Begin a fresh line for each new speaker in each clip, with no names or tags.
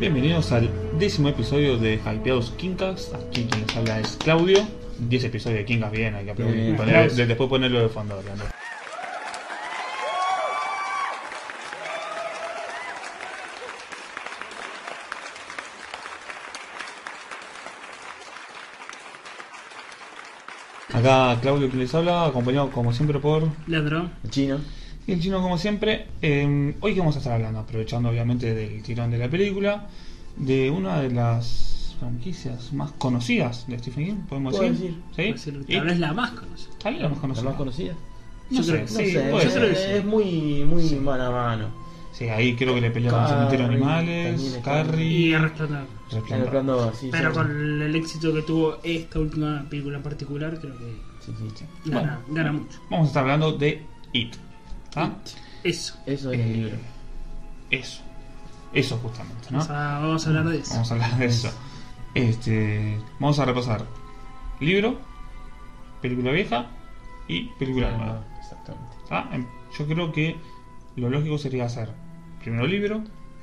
Bienvenidos al décimo episodio de Hypeados Kinkas. Aquí quien les habla es Claudio. 10 episodios de Kinkas bien, hay que aplaudir.
Bien.
Poner- de- después ponerlo de fondo. Orlando. Acá Claudio quien les habla, acompañado como siempre por
Leandro,
Chino.
y el chino, como siempre, eh, hoy que vamos a estar hablando, aprovechando obviamente del tirón de la película, de una de las franquicias más conocidas de Stephen King, podemos
Puedo
decir.
puede
¿Sí?
ser
¿Y?
tal vez la más conocida.
Tal vez la más
¿La
conocida.
más conocida?
No
Yo
sé,
creo que
No
sí,
sé,
puede
es,
ser.
que sí.
es muy, muy mano a mano.
Sí, ahí creo que le pelearon el cementerio de
Carrie, también
animales,
está.
Y
Carrie,
el resplandor.
En el
Resplandor.
plano así.
Pero
sí,
con el éxito que tuvo esta última película en particular, creo que
sí, sí, sí.
gana,
Bueno.
gana mucho.
Vamos a estar hablando de It. ¿Ah?
Eso.
Eso es el libro.
Eso. Eso justamente, ¿no?
O sea, vamos a hablar de eso.
Vamos a hablar de eso. Este, vamos a repasar libro, película vieja y película nueva.
Ah, Exactamente.
¿Está? Em, Yo creo que lo lógico sería hacer primero libro,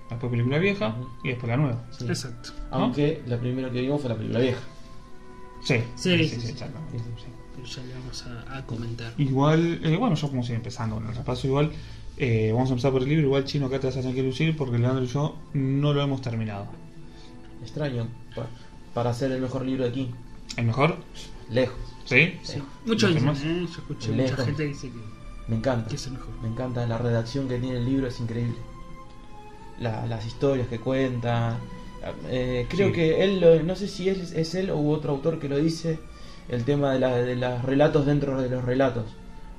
después película vieja
Ujú.
y después la nueva.
sí.
Exacto.
Aunque la primera que vimos fue la película vieja.
Sí,
Sí, sí, sí.
exactamente, sí.
Pero ya le vamos a, a comentar.
Igual, eh, bueno, yo como siempre empezando con el repaso, igual eh, vamos a empezar por el libro. Igual chino, acá te vas a tener que lucir porque Leandro y yo no lo hemos terminado.
Extraño. pa- para hacer el mejor libro de aquí.
¿El mejor?
Lejos.
¿Sí?
Sí.
Eh,
Muchos
¿los
dicen,
demás?
¿eh? Yo escuché
Lejos.
mucha gente que dice que,
Me encanta.
que es el mejor.
Me encanta la redacción que tiene el libro, es increíble. La- las historias que cuenta. Eh, creo
Sí.
que él, lo- no sé si es, es él o otro autor que lo dice, el tema de, la- de los relatos dentro de los relatos.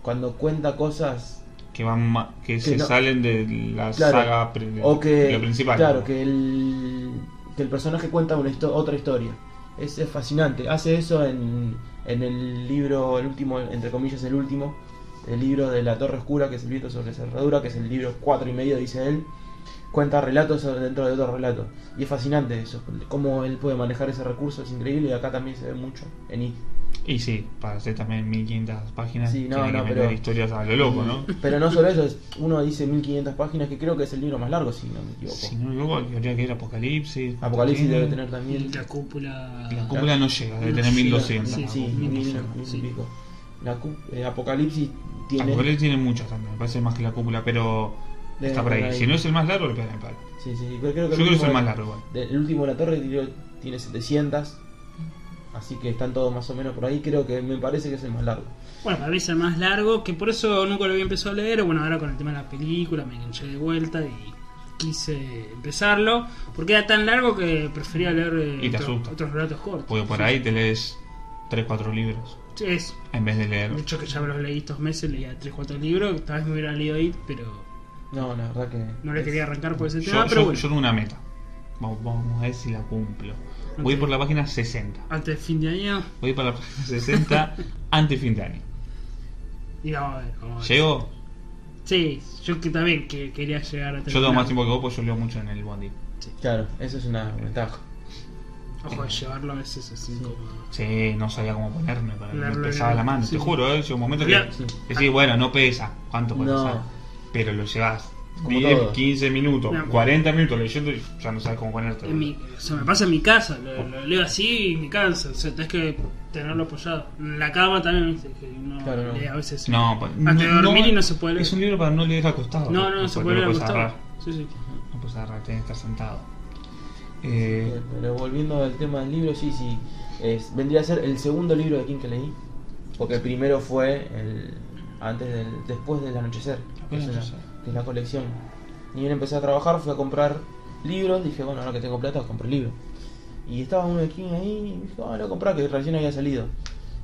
Cuando cuenta cosas
que van ma- que, se
no-
salen de la
Claro.
saga pri-
o
de
que,
lo principal
claro, que el, que el personaje cuenta una histo- otra historia. Es, es fascinante. Hace eso en, en el libro, el último, entre comillas, el último, el libro de la Torre Oscura, que es el viento sobre la cerradura, que es el libro cuatro y medio, dice él. Cuenta relatos sobre- dentro de otro relato. Y es fascinante eso. Cómo él puede manejar ese recurso es increíble. Y acá también se ve mucho en It.
y sí para hacer también 1500 páginas
Sí, no,
tiene que
no,
meter
pero-
historias a lo loco no
Pero no solo eso, es- uno dice 1500 páginas, que creo que es el libro más largo, si no me equivoco.
si no me equivoco habría que ir a Apocalipsis
Apocalipsis
Constantino.
debe tener
Y
también.
la cúpula.
la cúpula no llega debe
No
tener
llega,
1200
Sí,
la
sí,
cúpula,
mil,
no
mil,
llega.
mil
sí.
y pico. La cu- eh, Apocalipsis tiene.
Apocalipsis tiene muchas también me parece más que la cúpula pero
Debe
está por
estar
ahí
ahí.
si no es el más largo le pegan el palo
Sí, sí, creo que
yo creo que es
último
el
de-
más largo igual.
de- El último de la torre creo, tiene 700. Así que están todos más o menos por ahí. Creo que me parece que es el más largo.
Bueno, para mí es el más largo, que por eso nunca lo había empezado a leer. Bueno, ahora con el tema de la película me enganché de vuelta y quise empezarlo, porque era tan largo que prefería leer eh,
Y te
otro-
asusta.
otros relatos cortos.
porque por ahí te lees 3 4 libros
Sí, es,
en vez de leer
de hecho que ya me los leí estos meses, leía 3 4 libros, tal vez me hubiera leído IT, pero
No, la verdad que.
no le
es-
quería arrancar por ese
yo,
tema,
yo-
pero bueno,
yo tengo una meta vamos, vamos a ver si la cumplo voy
Ok.
por la página 60
antes del fin de año,
Voy para la página 60 antes fin de año.
y vamos a ver, vamos a ver.
¿Llego?
Sí, yo que también que quería llegar a
Yo tengo más
terminar.
tiempo que vos porque yo leo mucho en el bondi.
Claro, eso es una ventaja.
Ojo, llevarlo a veces es incómodo.
Sí, no sabía cómo ponerme, para me
Leerlo
pesaba
en-
la mano,
sí,
te
sí.
juro, ¿eh? Llega un momento que
Lea-
Sí.
decís, bueno, no pesa, ¿cuánto puede
No.
pesar? Pero lo llevas
Como
10,
todo.
15 minutos,
No.
40 minutos leyendo y ya no sabes cómo ponerte.
En mi- o sea, me pasa en mi casa, lo, lo leo así y me cansa. O sea, tenés que tenerlo apoyado. En la cama también, viste, que uno
Claro, no.
lee a veces.
No, pa-
Hasta dormir y no se puede leer.
Es un libro para no leer acostado.
no, no, no se puede
lo
leer
puedes
acostado.
agarrar.
Sí, sí.
No puedes agarrar, tenés que estar sentado. Eh,
Pero volviendo al tema del libro, sí, sí. es- vendría a ser el segundo libro de King que leí. Porque el primero fue el antes del, después del anochecer.
Después
Que
del
es, la,
anochecer.
que es la colección. Ni bien empecé a trabajar, fui a comprar libros. Dije, bueno, ahora que tengo plata, compré libros. Y estaba uno de King ahí. Y dije, ah, lo compré, que recién había salido.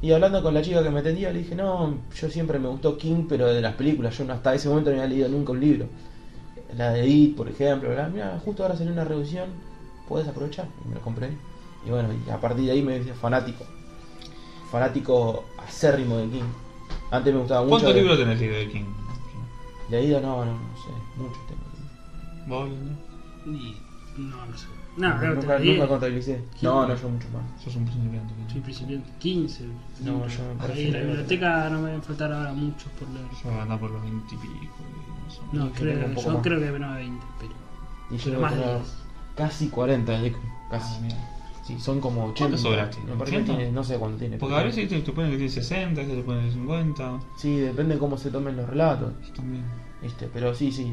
Y hablando con la chica que me atendía, le dije, no, yo siempre me gustó King, pero de las películas. Yo no- hasta ese momento no había leído nunca un libro la de It, por ejemplo, bla, mira, justo ahora salió una reducción, puedes aprovechar, y me lo compré. Y bueno, y a partir de ahí me hice fanático, fanático acérrimo de King. Antes me gustaba mucho.
¿Cuántos
de-
libros tenés leído de King?
Leído, no, no, no sé, mucho tengo.
¿Vos, Leandro?
Y no, no sé. No, creo que
nunca,
te leí.
nunca contabilicé. No, no, yo mucho más.
Sos un principiante. King.
Soy principiante 15.
No, yo me parece
Ahí en la
que-
biblioteca no me van a faltar ahora muchos por leer.
Yo voy a andar por los 20 y pico. eh, más o menos.
Yo
No,
tengo
creo,
un poco
yo
más.
creo que menos de 20, pero.
Y
pero
yo
más de
creo-
10.
Casi 40 de Deckman. Casi.
Ah, mira.
Sí, son como 80.
¿Cuántas obras tiene?
Me parece que
80?
tiene- no sé cuánto tiene.
Porque a
pero-
veces te, te ponen que tiene 60, que te ponen 50.
Sí, depende cómo se tomen los relatos.
Yo también.
¿viste? Pero sí, sí.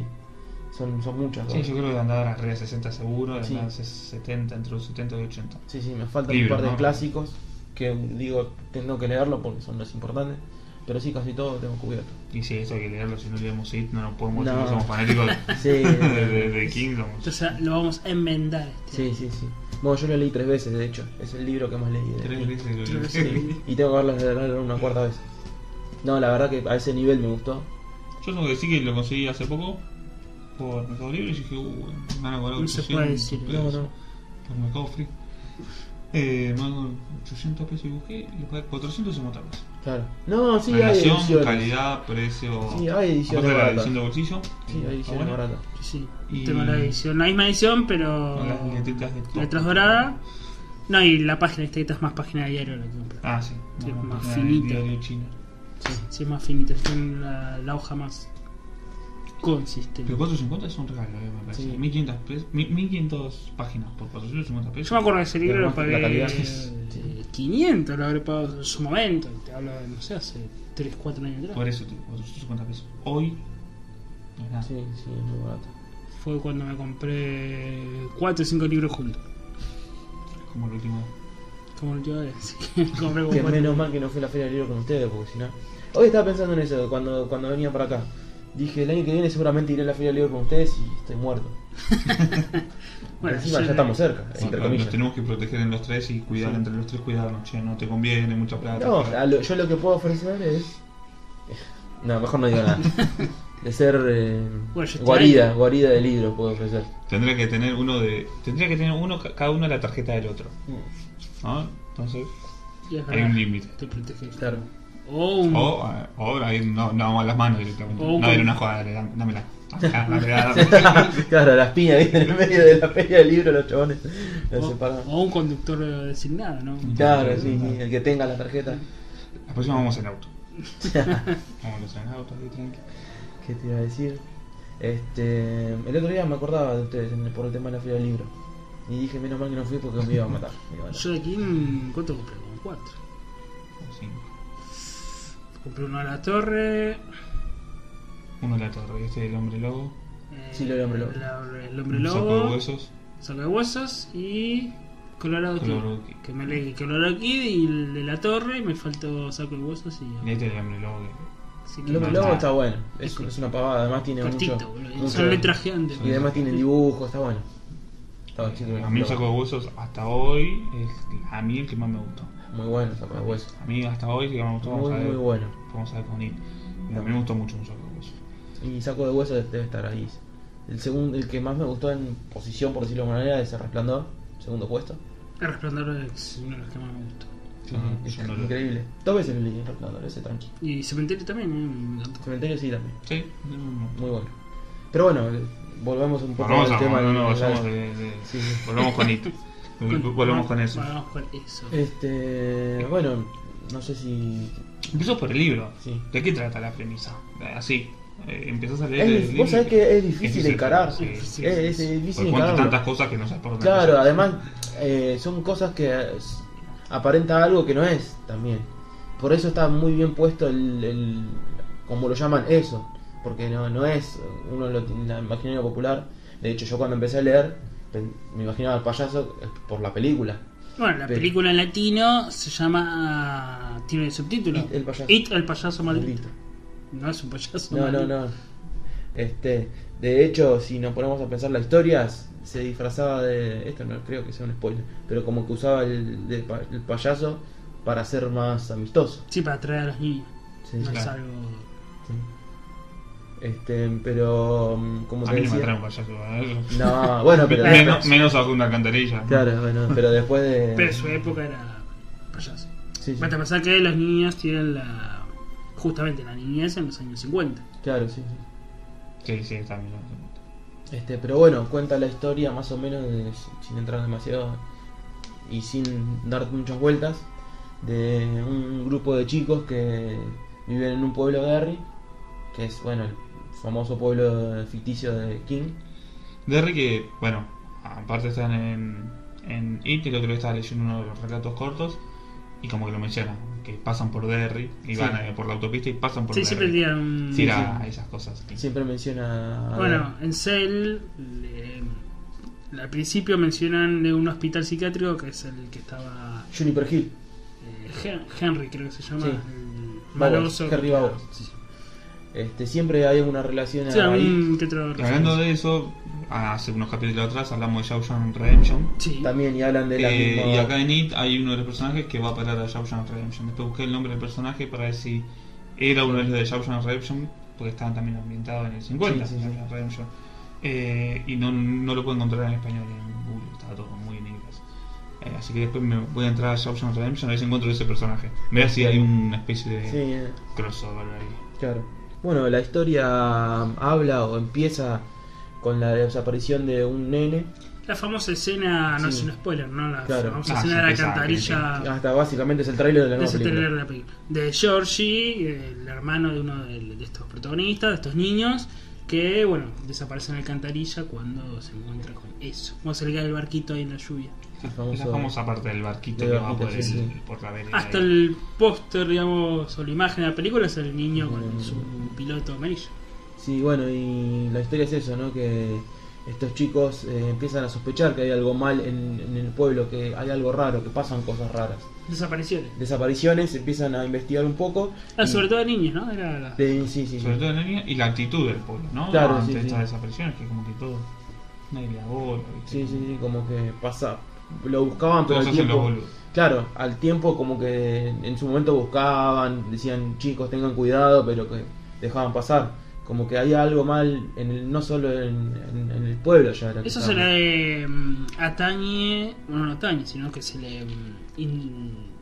Son, son muchas.
Sí,
obras.
yo creo que andaba arriba de 60 seguro,
Sí.
andaba 70, entre los 70 y 80.
Sí, sí, me faltan
Libros,
un par de
¿no?
clásicos que digo, tengo que leerlo porque son los importantes. Pero sí, casi todo lo tengo cubierto.
Y si esto hay que leerlo, si no leemos IT, no nos podemos
No.
decir que somos fanáticos
Sí.
de, de- de Kingdom.
Entonces lo vamos a enmendar. Este.
Sí, sí, sí. Bueno, yo lo leí tres veces, de hecho. Es el libro que más leí. de-
Tres veces lo
Tres
leí.
veces.
Y tengo que haberlo leído una cuarta vez. No, la verdad que a ese nivel me gustó.
Yo tengo que decir que lo conseguí hace poco por Mercado Libre y dije, uh, me van a cobrar
No se puede decir,
pesos por Mercado Free. Eh, me van a cobrar 800 pesos y busqué, y lo pagué 450 pesos.
Claro. No, sí, hay
Relación,
ediciones.
calidad, precio.
Sí, hay ediciones
Aparte de la
baratas.
edición de bolsillo. Ah, que
Sí,
está
hay ediciones
buena,
baratas.
Sí,
Y-
tengo la edición, la misma edición, pero.
Con las letritas de top.
letras doradas. No, y la página esta que es más página de diario la que compré.
Ah, sí.
Sí,
no,
más
no,
finita.
diario chino.
Sí, es más finita, es la, la hoja más consistente.
Pero 450 es un regalo, eh, me parece.
Sí.
1500, pes- mi- 1500 páginas por 450 pesos.
Yo me acuerdo de ese libro, lo
Además, la
pagué
calidad
eh,
es- sí.
500, lo habré pagado en su momento. Te hablo de, no sé, hace 3, 4 años
Por
atrás.
eso, tipo, 450 pesos. Hoy. No es nada.
Sí, sí, es muy barato.
Fue cuando me compré 4 o 5 libros juntos.
Como el último.
Como el tío de. Así que compré como
Que
cuatro.
menos mal que no fui a la feria del libro con ustedes, porque si no. Hoy estaba pensando en eso, cuando, cuando venía para acá. Dije, el año que viene seguramente iré a la feria del libro con ustedes y estoy muerto.
Bueno,
Encima
yo-
ya estamos cerca,
Porque
entre
Nos
comillas.
tenemos que proteger en los tres y cuidar
Sí.
entre los tres, cuidarnos. Che, no te conviene, mucha plata.
No, a lo- yo lo que puedo ofrecer es. eh, No, mejor no digo nada. De ser eh,
Bueno, yo estoy
guarida,
ahí.
guarida de libros puedo ofrecer.
Tendría que tener uno de. Tendría que tener uno ca- cada uno la tarjeta del otro.
Mm,
¿No? Entonces.
y es
Hay
verdad,
un límite.
Te protege.
Claro.
O un.
O, eh, o ahí no, no vamos a las manos directamente.
O un
Uh,
no, era
con-
una jugada, dale, dam- dámela. Ajá, dale, dale, dale.
claro, las piñas ¿viste? en el medio de la feria del libro, los chabones. Los
o,
separan.
o un conductor eh, designado, ¿no?
Claro, sí,
Ah.
sí, el que tenga la tarjeta.
La próxima vamos en auto. Vamos en auto, ahí tranqui.
¿Qué te iba a decir? Este, el otro día me acordaba de ustedes en- por el tema de la feria del libro. Y dije, menos mal que no fui porque me iba a matar. Me iba a matar.
Yo de aquí, mm, ¿cuánto compré? Como cuatro.
Sí.
Compré uno a la torre. eh,
Uno de la torre, este es el hombre lobo.
eh,
Sí, lo del hombre lobo.
la- el hombre
Un saco de
lobo.
huesos.
Saco de huesos y. Colorado Kid.
Colorado Kid.
Que me leí Colorado Kid y el de la torre. Y me faltó saco de huesos
Y
y.
este es el hombre lobo. que-
Así que
El hombre
No,
lobo
está.
está bueno, es, es una pavada, además tiene
Cortito,
mucho.
boludo.
mucho-
Son letras gigantes.
Y además tiene dibujo, está bueno. Está bueno, sí, tiene
a mí el
lobo.
saco de huesos hasta hoy es a mí el que más me gustó.
Muy bueno, saco de hueso.
A mí hasta hoy el que más me gustó.
Muy,
vamos a ver.
muy bueno.
Vamos a ver con él. A mí me gustó mucho un saco de huesos.
Y saco de hueso debe estar ahí. El, segundo, el que más me gustó en posición, por decirlo de alguna manera, es el resplandor, segundo puesto.
El resplandor es uno de los que más me gustó.
Yo no-
Es
yo no lo-
increíble. Dos veces lo leí el resplandor, ese tranqui.
Y cementerio también, eh, me encantó.
Cementerio sí también.
Sí, no, no.
Muy bueno. Pero bueno, volvemos un poco
Volvamos
al
a,
tema.
no, no,
del-
vayamos de- de-
Sí, sí.
Volvamos con IT. Volvamos con eso.
Volvamos con eso.
Eh, Este, bueno, no sé si...
Empezó por el libro.
Sí.
¿De qué trata la premisa? Eh, Así. eh, empezás a leer. el
Es, dif-
libro
vos sabés
y-
que es difícil
de
encarar.
sí.
Es,
Sí,
es difícil
Porque cuenta tantas
encarar.
cosas que no se aportan.
Claro, además eh, son cosas que eh, s- aparenta algo que no es también. Por eso está muy bien puesto el, el- como lo llaman eso, porque no, no es uno lo, la imaginario popular. De hecho, yo cuando empecé a leer pen- me imaginaba al payaso eh, por la película.
Bueno, la
Pero-
película en latino se llama. ah, Tiene el subtítulo:
It, el payaso.
It, el payaso maldito.
Maldito.
No es un payaso
No, no,
maldito.
no. Este, de hecho, si nos ponemos a pensar la historia, se disfrazaba de. Esto no creo que sea un spoiler, pero como que usaba el, de pa- el payaso para ser más amistoso.
Sí, para atraer a los niños.
Sí, Eh.
no es
claro.
algo.
sí. Este, pero. mm, Como
A
te
mí no me
decía-
atrae un payaso. ¿eh?
No, bueno, pero.
menos, menos bajo una alcantarilla.
Claro, bueno, pero después de.
Pero en su época era payaso.
Sí, sí.
Basta pensar que los niños tienen la. Justamente la niñez en los años 50.
Claro, sí, sí.
Sí, sí, está bien.
Este, pero bueno, cuenta la historia más o menos, de- sin entrar demasiado y sin dar muchas vueltas, de un grupo de chicos que viven en un pueblo de Harry, que es, bueno, el famoso pueblo ficticio de King.
Derry que, bueno, aparte están en, en IT, el otro día estaba leyendo uno de los relatos cortos y como que lo mencionan, que pasan por Derry y
Sí.
van eh, por la autopista y pasan por
Sí,
Derry.
siempre tiran.
Sí, era esas cosas.
Siempre menciona. a-
Bueno, en Cell eh, al principio mencionan de un hospital psiquiátrico que es el que estaba
Juniper Hill.
eh, Hen- Henry, creo que se llama.
Sí.
el
Bauer,
maloso.
Henry Bauer. Este, siempre hay una relación
Sí,
ahí.
algún que otro
Y hablando de eso, hace unos capítulos atrás hablamos de Shawshank Redemption.
Sí.
También y hablan de la
Eh,
misma-
y acá en IT hay uno de los personajes que va a parar a Shawshank Redemption. Después busqué el nombre del personaje para ver si era uno de los de Shawshank Redemption, porque estaban también ambientados en el 50,
Sí, sí, sí.
Shawshank Redemption. Eh, y no, no lo puedo encontrar en español en Google, estaba todo muy en inglés. Eh, así que después me voy a entrar a Shawshank Redemption a ver si encuentro ese personaje. Ver si hay una especie de
Sí, eh,
crossover ahí.
claro. Bueno, la historia habla o empieza con la desaparición de un nene.
La famosa escena, no
Sí.
es un spoiler, ¿no? La
Claro.
famosa
Ah,
escena
sí,
de la
esa, Ah,
alcantarilla
Hasta básicamente es el tráiler de la
de
nueva
ese trailer de
película.
la película. De Georgie, el hermano de uno de, de estos protagonistas, de estos niños, que, bueno, desaparece en la alcantarilla cuando se encuentra con eso. Cuando se le cae el barquito ahí en la lluvia.
Esa
famoso-
esa famosa parte del barquito
del
que va
barquito,
por, el,
sí, sí.
por la vereda.
Hasta
ahí.
el póster, digamos, o la imagen de la película es el niño con
Mm.
su piloto amarillo.
Sí, bueno, y la historia es eso, ¿no? Que estos chicos eh, empiezan a sospechar que hay algo mal en, en el pueblo, que hay algo raro, que pasan cosas raras.
Desapareció.
Desapariciones, empiezan a investigar un poco.
Ah,
y-
sobre todo de niños, ¿no? Era la-
de- sí, sí, sí.
Sobre todo en la niña y la actitud del pueblo, ¿no?
Claro,
Ante
sí, sí.
estas desapariciones, que como que todo. Nadie le da bola, ¿viste?
Sí, sí, sí, como que pasa. Lo buscaban, pero
Todos
al
hacen los
tiempo.
boludos.
Claro, al tiempo, como que en su momento buscaban, decían chicos tengan cuidado, pero que dejaban pasar. Como que hay algo mal, en el- no solo en, en- en el pueblo ya. Era que
Eso se
estaban.
le mm, atañe, bueno, no atañe, sino que se le mm,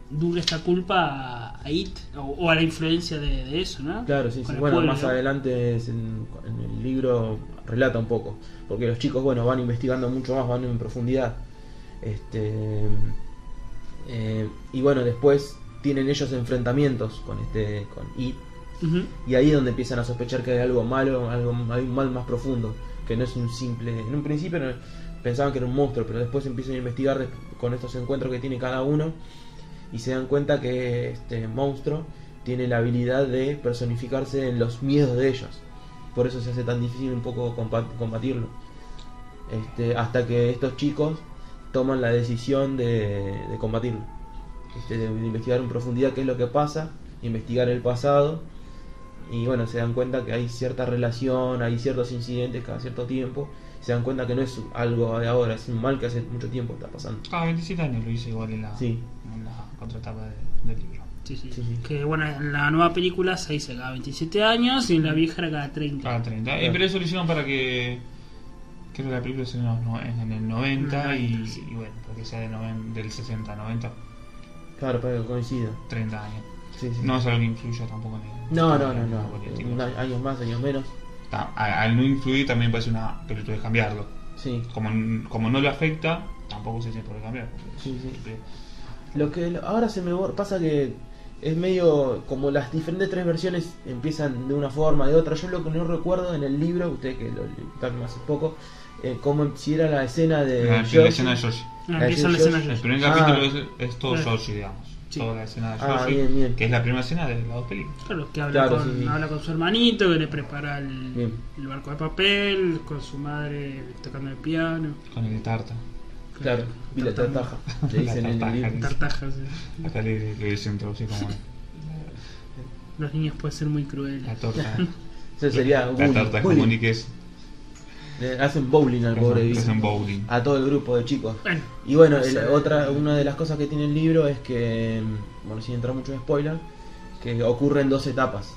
induce esta culpa a, a It o, o a la influencia de, de eso, ¿no?
Claro, sí,
Con
sí.
el
Bueno,
pueblo,
más
¿no?
adelante es en, en el libro relata un poco, porque los chicos, bueno, van investigando mucho más, van en profundidad. Este eh, y bueno, después tienen ellos enfrentamientos con este con It
Ujú.
y ahí es donde empiezan a sospechar que hay algo malo, algo hay un mal más profundo, que no es un simple, en un principio no- pensaban que era un monstruo, pero después empiezan a investigar des- con estos encuentros que tiene cada uno y se dan cuenta que este monstruo tiene la habilidad de personificarse en los miedos de ellos. Por eso se hace tan difícil un poco compa- combatirlo. Este, hasta que estos chicos toman la decisión de, de combatirlo. Este, de investigar en profundidad qué es lo que pasa, investigar el pasado y bueno, se dan cuenta que hay cierta relación, hay ciertos incidentes cada cierto tiempo. Se dan cuenta que no es algo de ahora, es un mal que hace mucho tiempo está pasando.
Ah, 27 años lo hice igual en la,
Sí.
en la contratapa de- del libro.
Sí, sí.
Sí, sí.
Que bueno, en la nueva película se dice cada 27 años y en la vieja era cada 30.
Cada 30. Eh,
Claro.
pero eso lo hicieron para que. Creo que la película es en, los no- en el 90 y,
90, sí.
y bueno, para que sea de noven- del 60, 90,
Claro, para que coincida.
30 años.
Sí, sí.
No es algo que influya tampoco en el.
no, no, no.
en la
no.
política.
Un a- Años más, años menos.
Ta- a- Al no influir también parece una pelotudez cambiarlo.
Sí.
Como, n- como no le afecta, tampoco se tiene por qué cambiar. porque-
Sí, sí. Lo que lo- ahora se me bor- pasa que es medio como las diferentes tres versiones empiezan de una forma, de otra. Yo lo que no recuerdo en el libro, ustedes que lo leyeron hace poco, eh, cómo si era la escena de.
la, la
Georgie.
escena de Georgie.
Ah,
Ah,
empieza
Eh, sí,
la
yo-
escena
El
yo.
primer
Ah.
capítulo es, es todo
Claro.
Georgie, digamos.
Sí.
Toda la escena de
Ah,
Georgie.
bien, bien.
Que es la primera escena de las dos películas.
Claro, que habla,
Claro,
con,
sí, sí.
habla con su hermanito, que le prepara el,
Bien.
el barco de papel, con su madre tocando el piano.
Con el tarta.
Claro, y la
Tartando.
tartaja. Le dicen en el libro.
Tartajas. sí.
Acá le, le dicen traducir como
Los niños pueden ser muy crueles.
la torta.
Eso sería
la
bullying.
tarta
bullying.
común y que es.
Le hacen bowling al pobre Ah.
que
Vic.
hacen bowling.
A todo el grupo de chicos.
Bueno,
Y bueno,
no
el-
sé.
otra, una de las cosas que tiene el libro es que, mm, bueno, sin entrar mucho en spoiler, que ocurren dos etapas.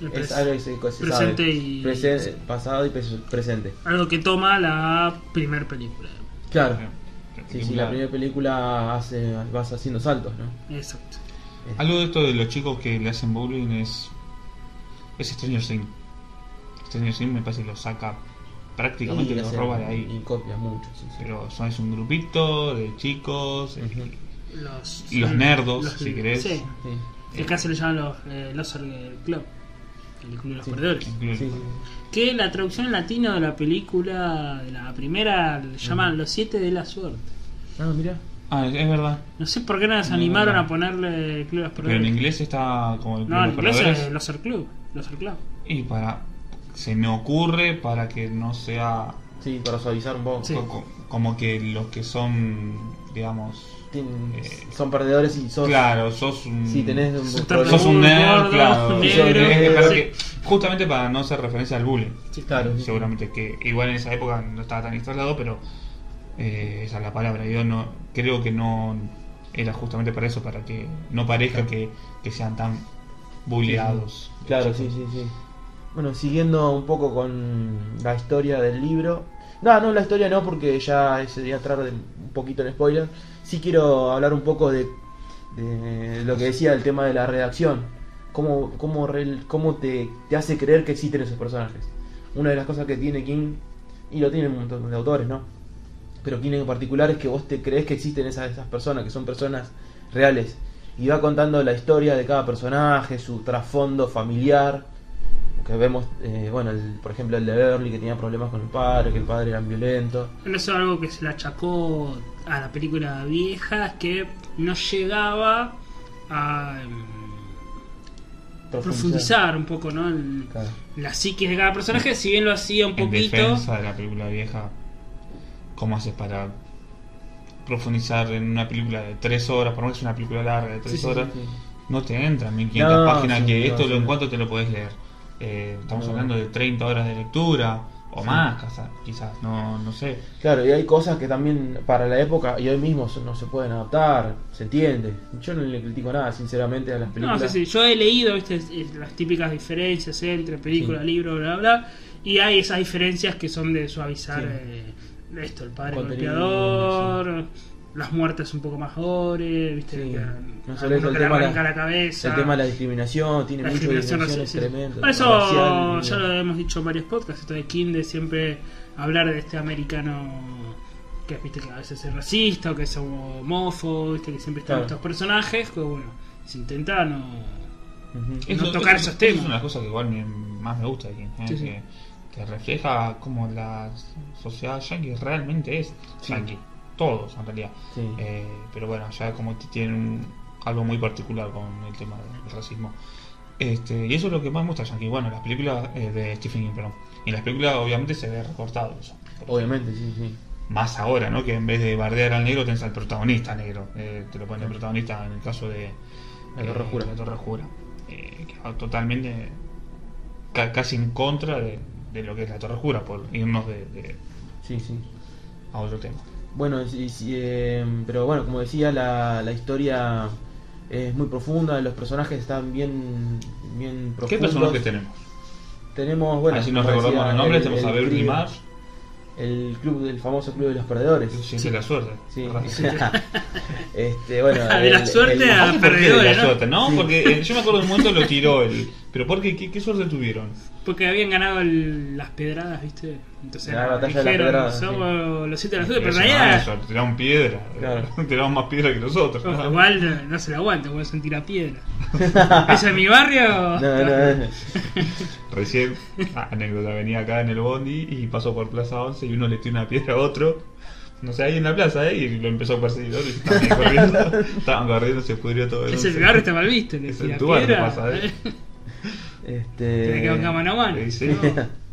el
Es
pres-
algo que se, que se
presente
sabe.
y-
Presen- pasado y pres- presente.
algo que toma la primer película.
Claro. Sí, sí, la
Película.
primera película hace, vas haciendo saltos, ¿no?
Exacto.
Es-
Algo de esto de los chicos que le hacen bowling es. Es Stranger Things. Stranger Things me parece que lo saca prácticamente,
y
lo
hace-
roba de ahí.
Y copia mucho, sí, sí.
Pero son, es un grupito de chicos.
Ujú.
Los, eh,
Y los nerdos, si querés.
Sí.
Sí.
Que casi le llaman los eh, Loser eh, Club. el Club de los
Sí.
Perdedores.
Sí, sí, sí.
Que la traducción en latino de la película, de la primera, le llaman Los Siete de la Suerte.
Ah, mirá.
Ah, es, es verdad.
No sé por qué no se animaron a ponerle Club de los
Pero
Perdedores.
en inglés está como el
No, en
Club de los
inglés es
Perdedores.
Loser Club. Loser Club.
Y para. Se me ocurre para que no sea.
Sí, para suavizar un poco.
Sí.
co- co- como que los que son. Digamos.
Tien-
Eh,
son perdedores y sos.
Claro, sos un.
Sí, tenés un
Sos
problema.
Sos un
Muy
nerd,
gordo,
claro.
negro,
Sos- es- es-
sí.
que- justamente para no hacer referencia al bullying.
Sí.
Claro, sí.
Seguramente que igual en esa época no estaba tan instalado, pero eh, esa es la palabra. Yo no creo que no era justamente para eso, para que no parezca que, que sean tan bulleados.
Claro, sí, sí, sí. Bueno, siguiendo un poco con la historia del libro. No, no, la historia no, porque ya sería entrar de- un poquito en spoiler. Sí quiero hablar un poco de, de lo que decía el tema de la redacción. Cómo, cómo, re- cómo te, te hace creer que existen esos personajes. Una de las cosas que tiene King, y lo tienen un montón de autores, ¿no? pero King en particular es que vos te crees que existen esas, esas personas, que son personas reales. Y va contando la historia de cada personaje, su trasfondo familiar. Que vemos, eh, bueno, el- por ejemplo, el de Beverly que tenía problemas con el padre, que el padre era violento.
Bueno, Eso es algo que se le achacó a la película vieja, es que no llegaba a em, profundizar un poco ¿no? en
Claro.
la psiquis de cada personaje, si bien lo hacía un
En
poquito.
defensa de la película vieja, ¿cómo haces para profundizar en una película de tres horas? Por lo menos es una película larga de tres
Sí, sí,
horas.
Sí,
No te entran 1500
No,
páginas,
sí,
que
no,
esto
sí,
lo en
no.
cuanto te lo podés leer. Eh, estamos
No.
hablando de 30 horas de lectura o
Sí.
más, quizá- quizás, no, no sé.
Claro, y hay cosas que también para la época y hoy mismo son- no se pueden adaptar, se entiende. Yo no le critico nada, sinceramente, a las
No,
películas.
sí, sí. Yo he leído ¿viste? eh, las típicas diferencias ¿eh? entre película,
Sí.
libro, bla, bla, y hay esas diferencias que son de suavizar
Sí.
eh, esto, el padre
Contenido,
golpeador, las muertes un poco más gore, ¿viste?
Sí.
Que,
No solo
alguno
eso, el
que le
tema de la-
arranca la cabeza.
El tema de la discriminación tiene
La
muchas
discriminación
dimensiones
racial, sí, sí.
tremendas.
Por eso
racial,
ya lo hemos dicho en varios podcasts, esto de King de siempre hablar de este americano que viste que a veces es racista o que es homófobo, viste que siempre están
Claro.
estos personajes, que bueno, se intenta no
Ujú.
No tocar esos temas.
Es una cosa que igual me- más me gusta de King, ¿eh?
Sí, sí.
Que, que refleja como la sociedad yankee realmente es
Sí.
yankee. Todos, en realidad.
Sí.
Eh, pero bueno, ya como t- tienen un- algo muy particular con el tema del racismo. Este, y eso es lo que más me gusta de Yankee. Bueno, las películas eh, de Stephen King, perdón. Y en las películas obviamente se ve recortado eso.
Obviamente, sí, sí.
Más ahora, ¿no? Que en vez de bardear al negro tenés al protagonista negro. Eh, te lo ponen el protagonista en el caso de...
La Torre
eh,
Oscura.
La Torre Oscura. Eh, que va totalmente... ca- casi en contra de, de lo que es la Torre Oscura, por irnos de, de-
Sí, sí.
a otro tema.
Bueno, sí, sí, eh, pero bueno, como decía, la, la historia es muy profunda, los personajes están bien, bien profundos.
¿Qué personajes tenemos?
Tenemos, bueno,
Así nos
como
recordamos
decía,
los nombres,
el-
tenemos
el
a Beverly
club-
Marsh,
El club, el famoso club de los perdedores.
que siente la suerte.
Sí. Ah,
Raro.
este, bueno,
De la
el-
suerte
el-
a-
Aparte, ¿por qué de la
Perdedores, ¿no?
suerte, no?
Sí.
Porque eh, yo me acuerdo de un momento lo tiró él. Pero ¿por qué? ¿Qué, qué suerte tuvieron?
porque habían ganado el- las pedradas, viste, entonces
La batalla de las pedradas,
somos los siete de la suerte,
Pero
pero
si no
en
dan la
realidad
suerte, tiraron piedra.
Claro.
Tiraron más piedra que nosotros.
ojo, igual no, no se la aguanta, voy a sentir la piedra. ¿Ese es mi barrio?
No, no, no.
Recién, ah, anécdota, venía acá en el bondi y pasó por Plaza 11 y uno le tiró una piedra a otro. No sé, ahí en la plaza, ¿eh? Y lo empezó a perseguir otro y estaban ahí corriendo. estaban corriendo, se pudrió todo el este
Ese
once.
barrio está mal visto, le
Es
decía,
en tu barrio
piedra.
pasa, ¿eh?
Tiene que
Este,
bancar mano a mano.
Le dice,
¿no?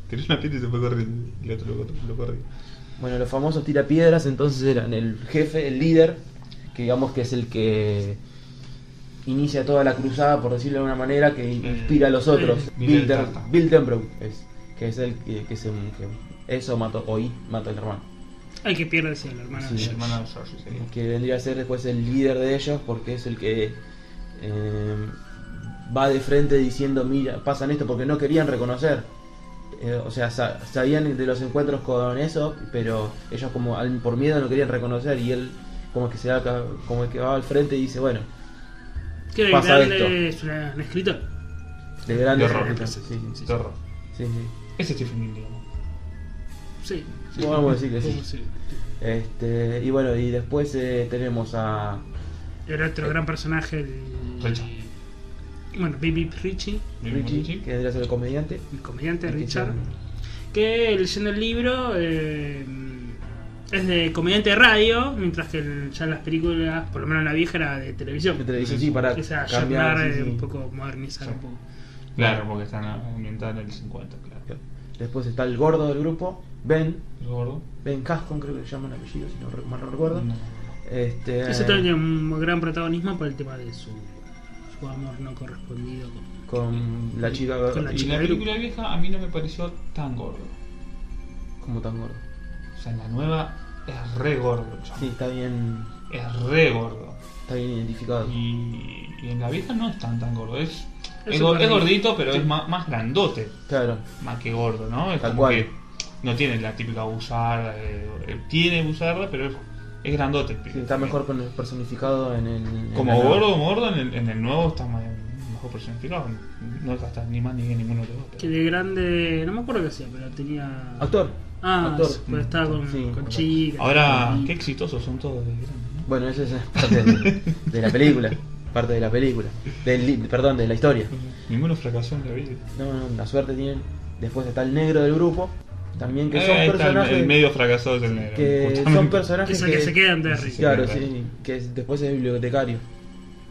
tiró una piedra y se fue corriendo. Y el otro lo, lo corrió.
bueno, los famosos tirapiedras entonces eran el jefe, el líder, que digamos que es el que inicia toda la cruzada, por decirlo de una manera, que inspira a los otros.
Bill
Bill,
del
Tem-
Tata.
Bill Tenbrook es, que es el que, que se... que eso mató, hoy mató al hermano.
Ay, que pierde decía la hermana.
Sí.
El hermano de George, sí.
que vendría a ser después el líder de ellos porque es el que eh, va de frente diciendo mira pasan esto porque no querían reconocer Eh, o sea sa- sabían de los encuentros con eso pero ellos como al- por miedo no querían reconocer y él como que se da ca- como que va al frente y dice bueno
Quiero
Pasa
darle es una- un escritor.
de grandes
Terror.
encuentros". sí, sí, sí,
Terror.
sí, sí.
Ese Stephen King, digamos.
Sí.
Bueno, vamos a decir que sí.
Vamos a decir.
Este, y bueno y después eh, tenemos a
El otro gran personaje, el.
Richard.
Bueno, Baby Richie,
Richie, que debería ser el comediante.
el comediante
El que
Este Richard,
hicieron.
que leyendo el libro eh, es de comediante de radio, mientras que el- ya las películas, por lo menos la vieja, era de televisión.
Que te dice, sí, para
O sea,
cambiar.
llamar,
sí,
eh,
sí.
un poco, modernizar
Sí.
un poco.
Claro, porque están ambientados en el 50, claro.
Después está el gordo del grupo, Ben.
¿El gordo?
Ben Cascon, creo que se llama el apellido, si no re- mal no recuerdo.
No.
Este,
Ese tiene un gran protagonismo por el tema de su, su amor no correspondido. con-
Con la chica
Con la
Y
chica
la
del
película vieja a mí no me pareció tan gordo.
como tan gordo.
O sea, en la nueva es re gordo, el chabón.
Sí, está bien,
Es re gordo.
está bien identificado.
Y, y en la vieja no es tan tan gordo. Es,
Es
es, go-
un
es
gordito.
gordito, pero
Sí.
es más, más grandote,
Claro,
más que gordo, ¿no? Es
Tal
como
cual.
que no tiene la típica buzarda. eh, eh, tiene buzarda, pero es, es grandote. el pibe.
sí, está mejor con- personificado en el. en
Como
la-
gordo, gordo, en el, en el nuevo está más, mejor personificado. No está ni más ni bien ninguno de los
Que
otros.
de grande, no me acuerdo qué hacía, pero tenía.
Actor.
Ah,
actor.
sí, pues estaba con,
Sí.
con chicas.
Ahora,
con-
qué exitosos son todos de grande, ¿no?
Bueno, esa es parte de, de la película. Parte de la película. Del, li- perdón, de la historia.
Ninguno fracasó en la vida.
No, no, la suerte tienen. Después está el negro del grupo. También que
Eh,
son
ahí está el-
personajes.
el medio fracasado del negro.
que son
justamente.
personajes.
Eso que se quedan de
Sí,
Rick.
Claro,
Claro.
sí, que es- después es bibliotecario.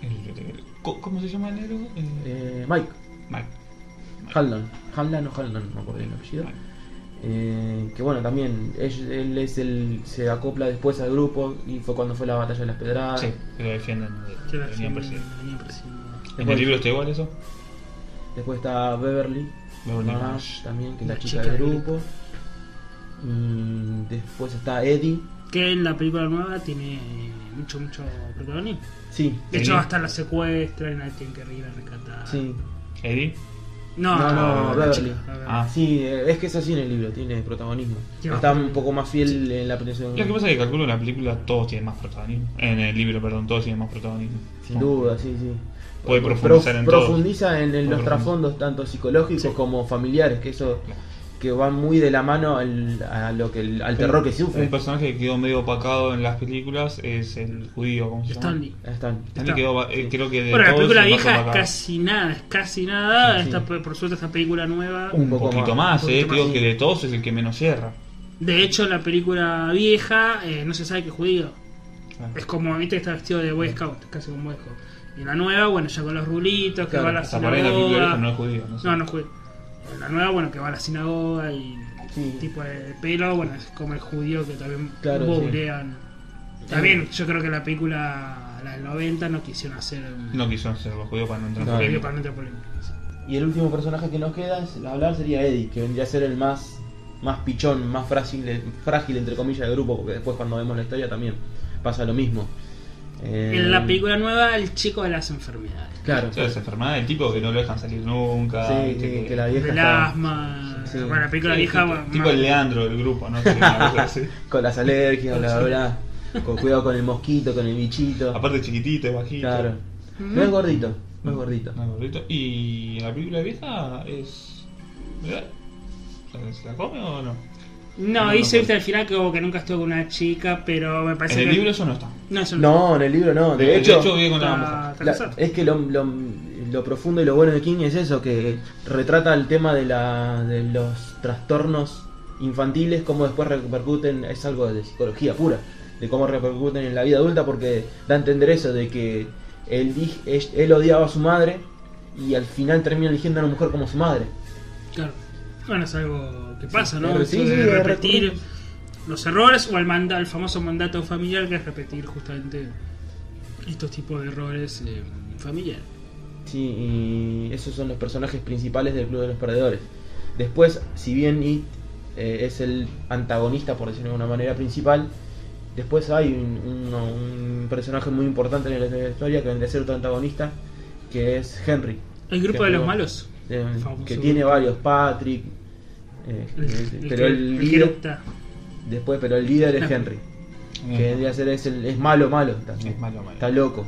El- ¿Cómo cómo se llama el negro? Eh,
Eh, Mike
Mike.
Hanlan. Hanlan o Hanlan, no me acuerdo el apellido.
Mike.
Eh, que bueno, también él, él es el se acopla después al grupo y fue cuando fue la batalla de las pedradas.
Sí, que lo defienden. de-
Que
de Unión
la hacían-
Pacific.
venían persiguiendo.
¿En el libro está igual eso?
Después está Beverly,
Beverly
Nash,
Nash.
Ah, también, que es la
La
chica,
chica
del
del
grupo. Mm, después está Eddie.
Que en la película nueva tiene mucho, mucho protagonismo.
Sí,
De
Sí.
hecho, hasta la secuestran, la tienen que arriba a rescatar.
sí.
Eddie.
No,
No,
no,
la
Beverly.
chica, Beverly.
Ah.
Sí, eh, es que es así en el libro, tiene protagonismo.
Sí,
está
va.
un poco más fiel en la aprensión.
Lo que pasa es que calculo en la película todos tienen más protagonismo. En el libro, perdón, todos tienen más protagonismo.
Sin
No.
duda, sí, sí.
Puede
Pro-
profundizar en todo.
Profundiza en, en
Puede
los
profundizar.
trasfondos tanto psicológicos
Sí.
como familiares, que eso
Claro.
que van muy de la mano al, a lo que el- al terror que sufre.
Un personaje que quedó medio opacado en las películas es el judío, ¿cómo se llama?
Stanley.
Ahí están.
Stanley quedó, va- eh, creo que de
Bueno, la
todos
película
el más
vieja es
opacado.
casi nada, es casi nada.
Sí, sí.
Esta, por suerte, esta película nueva.
Un
Un
poco
poquito
más,
más,
un
eh.
poquito
Digo
más,
que
sí.
de todos es el que menos cierra.
De hecho, la película vieja eh, no se sabe que es judío. Es como, viste, que está vestido de Boy Scout, casi como Boy Scout. Y la nueva, bueno, ya con los rulitos, que
Claro,
va a la
Hasta por ahí la película vieja
sinagoga.
no es judío. No, sé.
No, no judío. La nueva, bueno, que va a la sinagoga y
Sí.
tipo de pelo, bueno, es como el judío que también
Claro,
boulean. También, yo creo que la película, la del 90, no quisieron hacer un
No quiso ser los judíos para no entrar
No,
en polémica.
judío para no entrar polémica.
Y el último personaje que nos queda es hablar sería Eddie, que vendría a ser el más más pichón, más frágil, frágil entre comillas del grupo, porque después cuando vemos la historia también pasa lo mismo. Eh,
En la película nueva, el chico de las enfermedades.
Claro.
O sea, esa enfermedad del tipo que no lo dejan salir nunca.
Sí,
viste,
que, que la vieja
Del
está
asma.
Sí.
Bueno, la película
Sí,
vieja,
tipo,
bueno,
tipo
más-
el Leandro del grupo, ¿no? Que una cosa así.
con las alergias, bla bla bla. Con cuidado con el mosquito, con el bichito.
Aparte chiquitito, es bajito.
Claro.
¿Mm?
No es gordito, no es gordito.
No, gordito. Y la película vieja es. ¿verdad? O sea, ¿Se la come o no?
No,
No,
dice
no,
viste al final que, como que nunca estuvo con una chica, pero me parece
en el
que.
libro eso no está.
No, eso no.
No, en el libro no. De, hecho,
vive con una
está-
mujer.
está
la-
casado.
es que lo, lo- lo profundo y lo bueno de King es eso, que retrata el tema de, la, de los trastornos infantiles, cómo después repercuten, es algo de psicología pura, de cómo repercuten en la vida adulta, porque da a entender eso, de que él, di- él- él odiaba a su madre y al final termina eligiendo a una mujer como su madre.
Claro. Bueno, es algo que pasa,
Sí,
¿no?
sí,
Eso
sí,
de
es
repetir
recurrente.
los errores o el, manda- el famoso mandato familiar que es repetir justamente estos tipos de errores eh, familiares.
Sí, y esos son los personajes principales del Club de los Perdedores. Después, si bien It eh, es el antagonista, por decirlo de una manera principal, después hay un, uno- un personaje muy importante en la- en la historia que vendría a ser otro antagonista, que es Henry,
El grupo
Que
de los
no-
malos.
eh,
Famoso.
que tiene varios, Patrick, eh,
El,
eh,
el
pero
que-
el
el que
líder,
eructa.
después, pero el líder es
No.
Henry, que vendría a ser es, el- es malo, malo también.
Es malo, malo.
Está loco.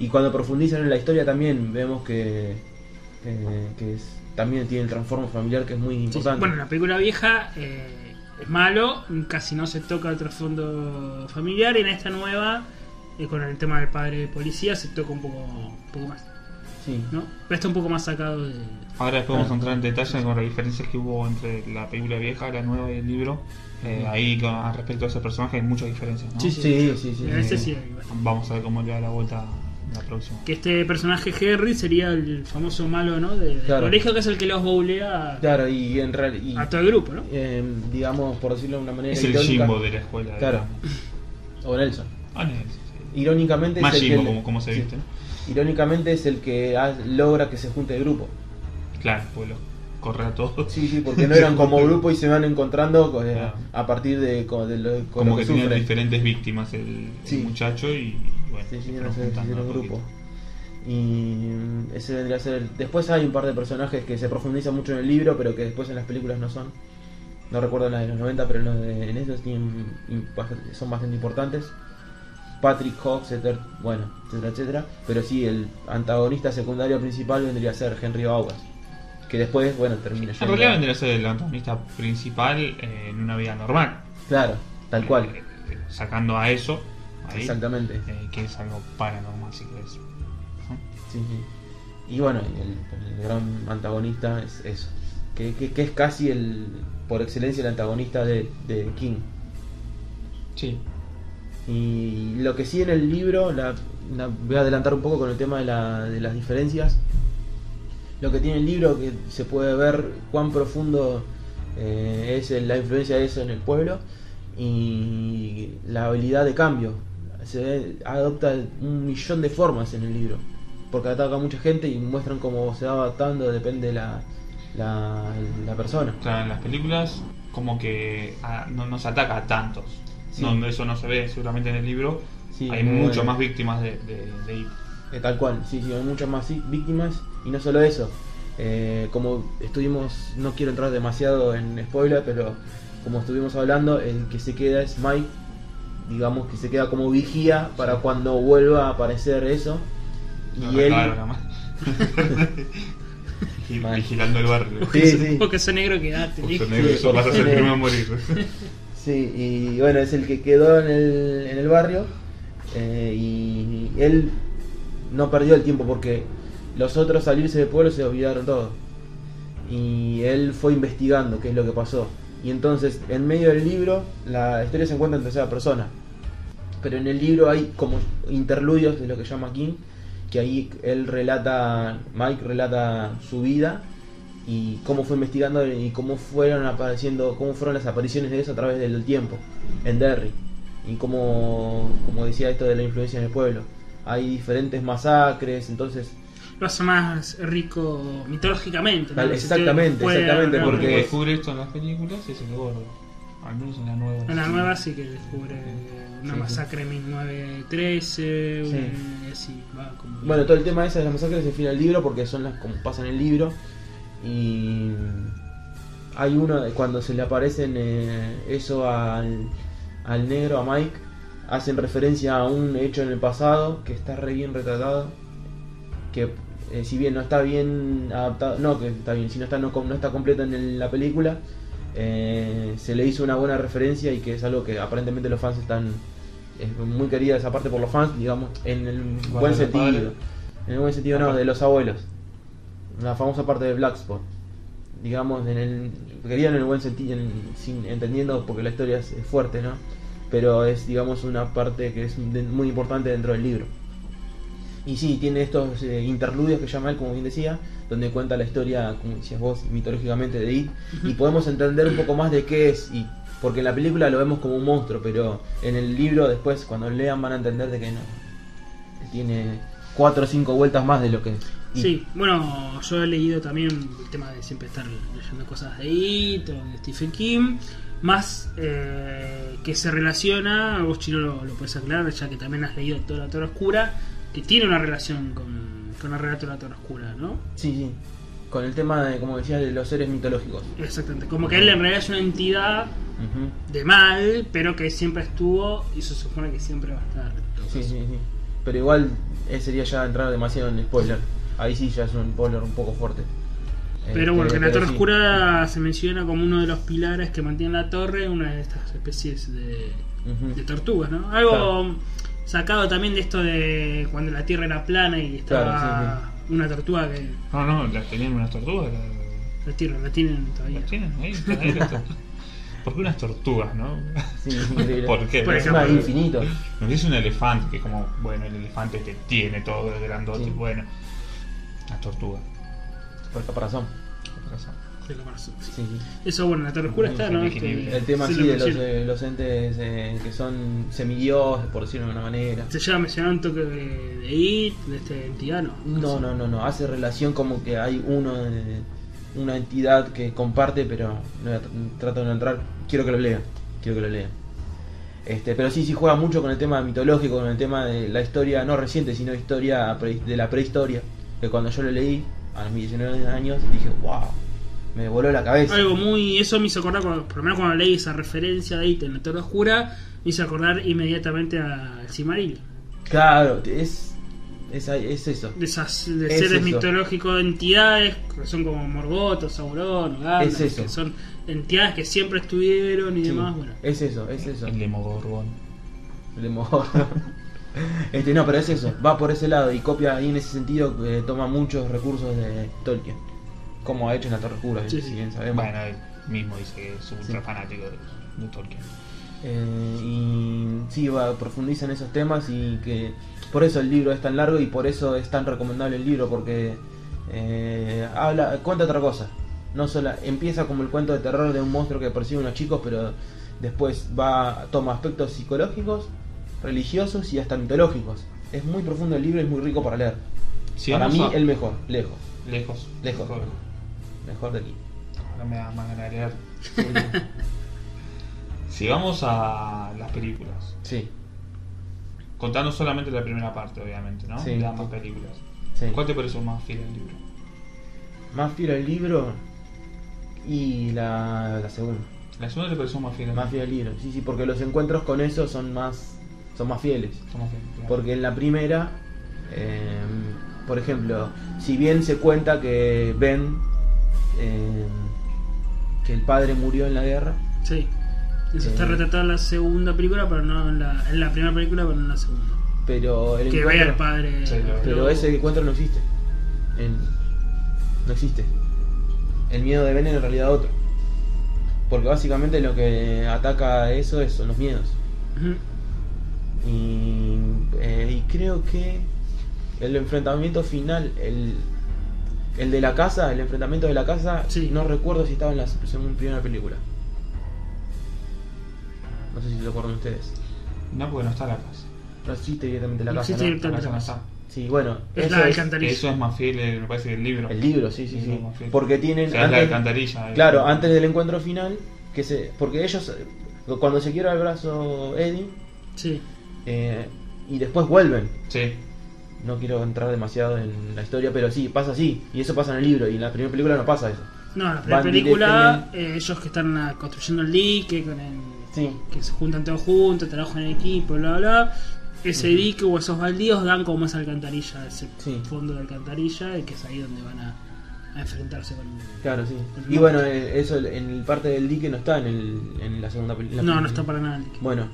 Y cuando profundizan en la historia también vemos que, que, que es- también tiene el transformo familiar que es muy
Sí, sí.
importante.
Bueno, en la película vieja eh, es malo, casi no se toca el trasfondo familiar. Y en esta nueva, eh, con el tema del padre de policía, se toca un poco, un poco más.
Sí.
¿no? Pero está un poco más sacado de.
Ahora después vamos a
Claro.
entrar en detalle con las diferencias que hubo entre la película vieja, la nueva y el libro. Eh, ahí con, al respecto a ese personaje hay muchas diferencias, ¿no?
Sí, sí, sí, sí.
A ese
Eh,
sí hay bastante.
Vamos a ver cómo le da la vuelta la próxima.
Que este personaje Henry sería el famoso malo, ¿no? De, del
Claro.
colegio que es el que los boulea a,
Claro, y en realidad. y,
a todo el grupo, ¿no?
eh, digamos, por decirlo de una manera.
Es el
irónica-
Jimbo de la escuela.
Claro. O Nelson.
Ah, no, sí.
Irónicamente.
Más
es el que-
Jimbo, como, como se
sí.
viste. ¿no?
Irónicamente es el que ha- logra que se junte el grupo.
Claro, pues lo corre a todos.
Sí, sí, porque no eran como grupo y se van encontrando eh,
Claro.
a partir de, co- de lo, con
como
lo
que,
que,
tienen
sufren.
diferentes víctimas el, el
Sí.
muchacho y, bueno,
Sí,
se
sí,
fueron
no sé,
juntando
hicieron
de a poquito.
grupo. Y mm, ese vendría a ser. el- Después hay un par de personajes que se profundizan mucho en el libro, pero que después en las películas no son. No recuerdo las de los 90, pero en los de, en esos tienen- y bastante- son bastante importantes. Patrick Hawks, etcétera, bueno, etcétera, etcétera. Pero sí, el antagonista secundario principal vendría a ser Henry Bowers. Que después, bueno, termina
Ah, En
yendo
realidad
a-
vendría a ser el antagonista principal eh, en una vida normal.
Claro, tal
Eh,
cual.
eh, Sacando a eso, ahí,
Exactamente.
eh, que es algo paranormal, si querés. ¿No?
Sí, sí. Y bueno, y el, el gran antagonista es eso. Que, que- que es casi el, por excelencia, el antagonista de, de King.
Sí.
Y lo que sí en el libro, la, la- voy a adelantar un poco con el tema de, la- de las diferencias. Lo que tiene el libro, que se puede ver cuán profundo eh, es el- la influencia de eso en el pueblo y la habilidad de cambio. Se ve- adopta un millón de formas en el libro, porque ataca a mucha gente y muestran cómo se va adaptando, depende de la, la, la persona.
Claro, en las películas, como que ah, no nos ataca a tantos.
Sí.
No, no, eso no se ve seguramente en el libro.
Sí, eh,
Hay
muy
mucho
bueno.
más víctimas de, de, de It.
Eh, tal cual, sí, sí, hay muchas más sí- víctimas y no solo eso. eh, como estuvimos, no quiero entrar demasiado en spoiler, pero como estuvimos hablando, el que se queda es Mike, digamos que se queda como vigía para cuando vuelva a aparecer eso.
No
Y
lo
él,
aclaro nada más. Y
Mal.
Vigilando el barrio.
Sí, sí.
Porque ese negro quedaste.
Porque
¿viste?
negro,
Sí,
eso vas a ser el
porque-
primero a morir.
Sí, y bueno, es el que quedó en el, en el barrio eh, y él no perdió el tiempo porque los otros salirse del pueblo se olvidaron todo. Y él fue investigando qué es lo que pasó. Y entonces, en medio del libro, la historia se encuentra en tercera persona. Pero en el libro hay como interludios de lo que llama King, que ahí él relata, Mike relata su vida y cómo fue investigando y cómo fueron apareciendo, cómo fueron las apariciones de eso a través del tiempo en Derry y como, como decía esto de la influencia en el pueblo. Hay diferentes masacres, entonces
Lo hace más rico mitológicamente. ¿no?
Tal-
En el sentido de que
exactamente,
puede
exactamente,
hablar
Porque
porque-
de-
descubre esto en las películas y se le gordo. Al menos en la nueva.
En la nueva sí que descubre una
Sí, sí.
masacre en 1913,
Sí.
una- así, va como...
Bueno, todo el tema ese de las masacres se fila el libro porque son las como pasan en el libro. Y hay uno de cuando se le aparecen eh, eso al, al negro, a Mike, hacen referencia a un hecho en el pasado que está re bien retratado. Que eh, si bien no está bien adaptado, no que está bien, si no está, no, com- no está completo en el- la película, eh, se le hizo una buena referencia y que es algo que aparentemente los fans están. Es muy querida esa parte por los fans, digamos, en el
Cuando
buen
los
sentido.
padres-
En el buen sentido no, de los abuelos. La famosa parte de Blackspot. Digamos, en el, querían en el buen sentido, en- sin, entendiendo porque la historia es, es fuerte, ¿no? Pero es, digamos, una parte que es de- muy importante dentro del libro. Y sí, tiene estos eh, interludios que llama él, como bien decía, donde cuenta la historia, como decías vos, mitológicamente de It. Y podemos entender un poco más de qué es. Y, porque en la película lo vemos como un monstruo, pero en el libro después, cuando lean, van a entender de que no. que Tiene cuatro o cinco vueltas más de lo que es. It.
Sí, bueno, yo he leído también el tema de siempre estar leyendo cosas de It o de Stephen King, más eh, que se relaciona, vos Chino lo, lo puedes aclarar, ya que también has leído toda la Torre Oscura, que tiene una relación con, con el relato de la Torre Oscura, ¿no?
Sí, sí. Con el tema, de, como decías, de los seres mitológicos.
Exactamente, como que él en realidad es una entidad de mal, pero que siempre estuvo y se supone que siempre va a estar.
Sí, sí, sí. Pero igual eh, sería ya entrar demasiado en spoiler. Ahí sí ya es un spoiler un poco fuerte. Este,
Pero bueno, que la Torre
sí.
Oscura se menciona como uno de los pilares que mantiene la torre, una de estas especies de,
Ujú.
de tortugas, ¿no? Algo
Claro.
sacado también de esto de cuando la Tierra era plana y estaba
Claro,
una tortuga que
No, no, las tenían unas tortugas. La,
la tiran, la tienen todavía.
las tienen ahí, están ahí las tortugas. ¿Por qué unas tortugas, no?
Sí, es increíble.
¿Por qué?
Por
no?
Encima es
ejemplo.
infinito.
Nos dice un elefante, que es como, bueno, el elefante te tiene todo el grandote,
Sí.
bueno. Las tortugas.
Por caparazón.
con razón.
de caparazón, sí.
Sí, sí.
Eso, bueno, la Torre Oscura
Muy
está, ¿no?
inteligible.
Este,
El tema
sí,
así
lo
de los,
menciono.
eh, los entes eh, que son semidioses, por decirlo de una manera.
Se lleva mencionado un toque de, de IT, de esta entidad, ¿no?
No, no, no, no. Hace relación como que hay uno, eh, una entidad que comparte, pero no voy a tr- trato de no entrar. Quiero que lo lea. Quiero que lo lea. Este, pero sí, sí juega mucho con el tema mitológico, con el tema de la historia, no reciente, sino historia pre- de la prehistoria. Que cuando yo lo leí a los 19 años, dije, wow, me voló la cabeza.
Algo muy. Eso me hizo acordar, cuando- por lo menos cuando leí esa referencia de IT en la Torre Oscura, me hizo acordar inmediatamente al Cimaril.
Claro, es, es, es eso.
De, esas, de
Es
seres
eso.
mitológicos, de entidades que son como Morgoth, Sauron, Gandalf,
Es eso.
que son entidades que siempre estuvieron y
Sí,
demás. Bueno,
Es eso, es eso.
El Demogorgon.
El mejor. este, no, pero es eso, va por ese lado y copia ahí en ese sentido, eh, toma muchos recursos de Tolkien. Como ha hecho en la Torre Oscura,
Sí,
si
sí.
bien sabemos.
Bueno, él mismo dice que es ultra
Sí.
fanático de, de Tolkien.
Eh, y sí, va, profundiza en esos temas y que por eso el libro es tan largo y por eso es tan recomendable el libro, porque eh, habla, cuenta otra cosa. No sola, empieza como el cuento de terror de un monstruo que persigue a unos chicos, pero después va, toma aspectos psicológicos, religiosos y hasta mitológicos. Es muy profundo el libro, es muy rico para leer.
Si
para
vamos
mí,
a-
el mejor, lejos,
Lejos.
Lejos. mejor de aquí.
Ahora me da más ganas de leer. Si vamos a las películas.
Sí,
Contando solamente la primera parte, obviamente, ¿no?
Sí.
De ambas películas.
sí.
¿Cuál te pareció más fiel al libro?
Más fiel al libro y la, la segunda.
La segunda te pareció más fiel al
Más fiel al libro, sí, sí, porque los encuentros con ellos son más, son más fieles.
Está más fiel, claro.
Porque en la primera, eh, por ejemplo, si bien se cuenta que Ben, eh, que el padre murió en la guerra,
sí. Eso
Eh.
está retratado en la segunda película, pero no en la, en la primera película, pero no en la segunda.
pero el
Que vea
encuentro-
al padre.
Sí, lo-
pero ese encuentro no existe. En- no existe. El miedo de Ben en realidad es otro. Porque básicamente lo que ataca eso es- son los miedos.
Ujú.
Y, eh, y creo que el enfrentamiento final, el, el de la casa, el enfrentamiento de la casa,
Sí.
no recuerdo si estaba en la segunda- primera película. No sé si lo acuerdan ustedes.
No, porque no está la casa.
No existe directamente la
No
casa.
existe
¿no?
directamente.
La casa no está.
Sí, bueno.
Es
eso
la
es
alcantarilla.
Eso es más fiel, eh, me parece, del libro.
el libro, sí, sí,
Eso
sí.
es más fiel.
Porque
O
tienen...
sea, es la alcantarilla. eh.
Claro, antes del encuentro final, que se, porque ellos, eh, cuando se quiebra el brazo Eddie,
Sí.
eh, y después vuelven,
Sí.
No quiero entrar demasiado en la historia, pero sí, pasa así. Y eso pasa en el libro, y en la primera película no pasa eso.
No, en la primera
Van
película, eh, ellos que están ah, construyendo el dique, con el,
Sí.
que se juntan todos juntos, trabajan en equipo, bla, bla. Ese
Ujú.
dique o esos baldíos dan como esa alcantarilla, ese
Sí.
fondo de alcantarilla, y que es ahí donde van a, a enfrentarse con
Claro, sí. Y bueno, eh, eso en el parte del dique no está en, el- en la segunda película.
No, no está para nada el dique.
Bueno,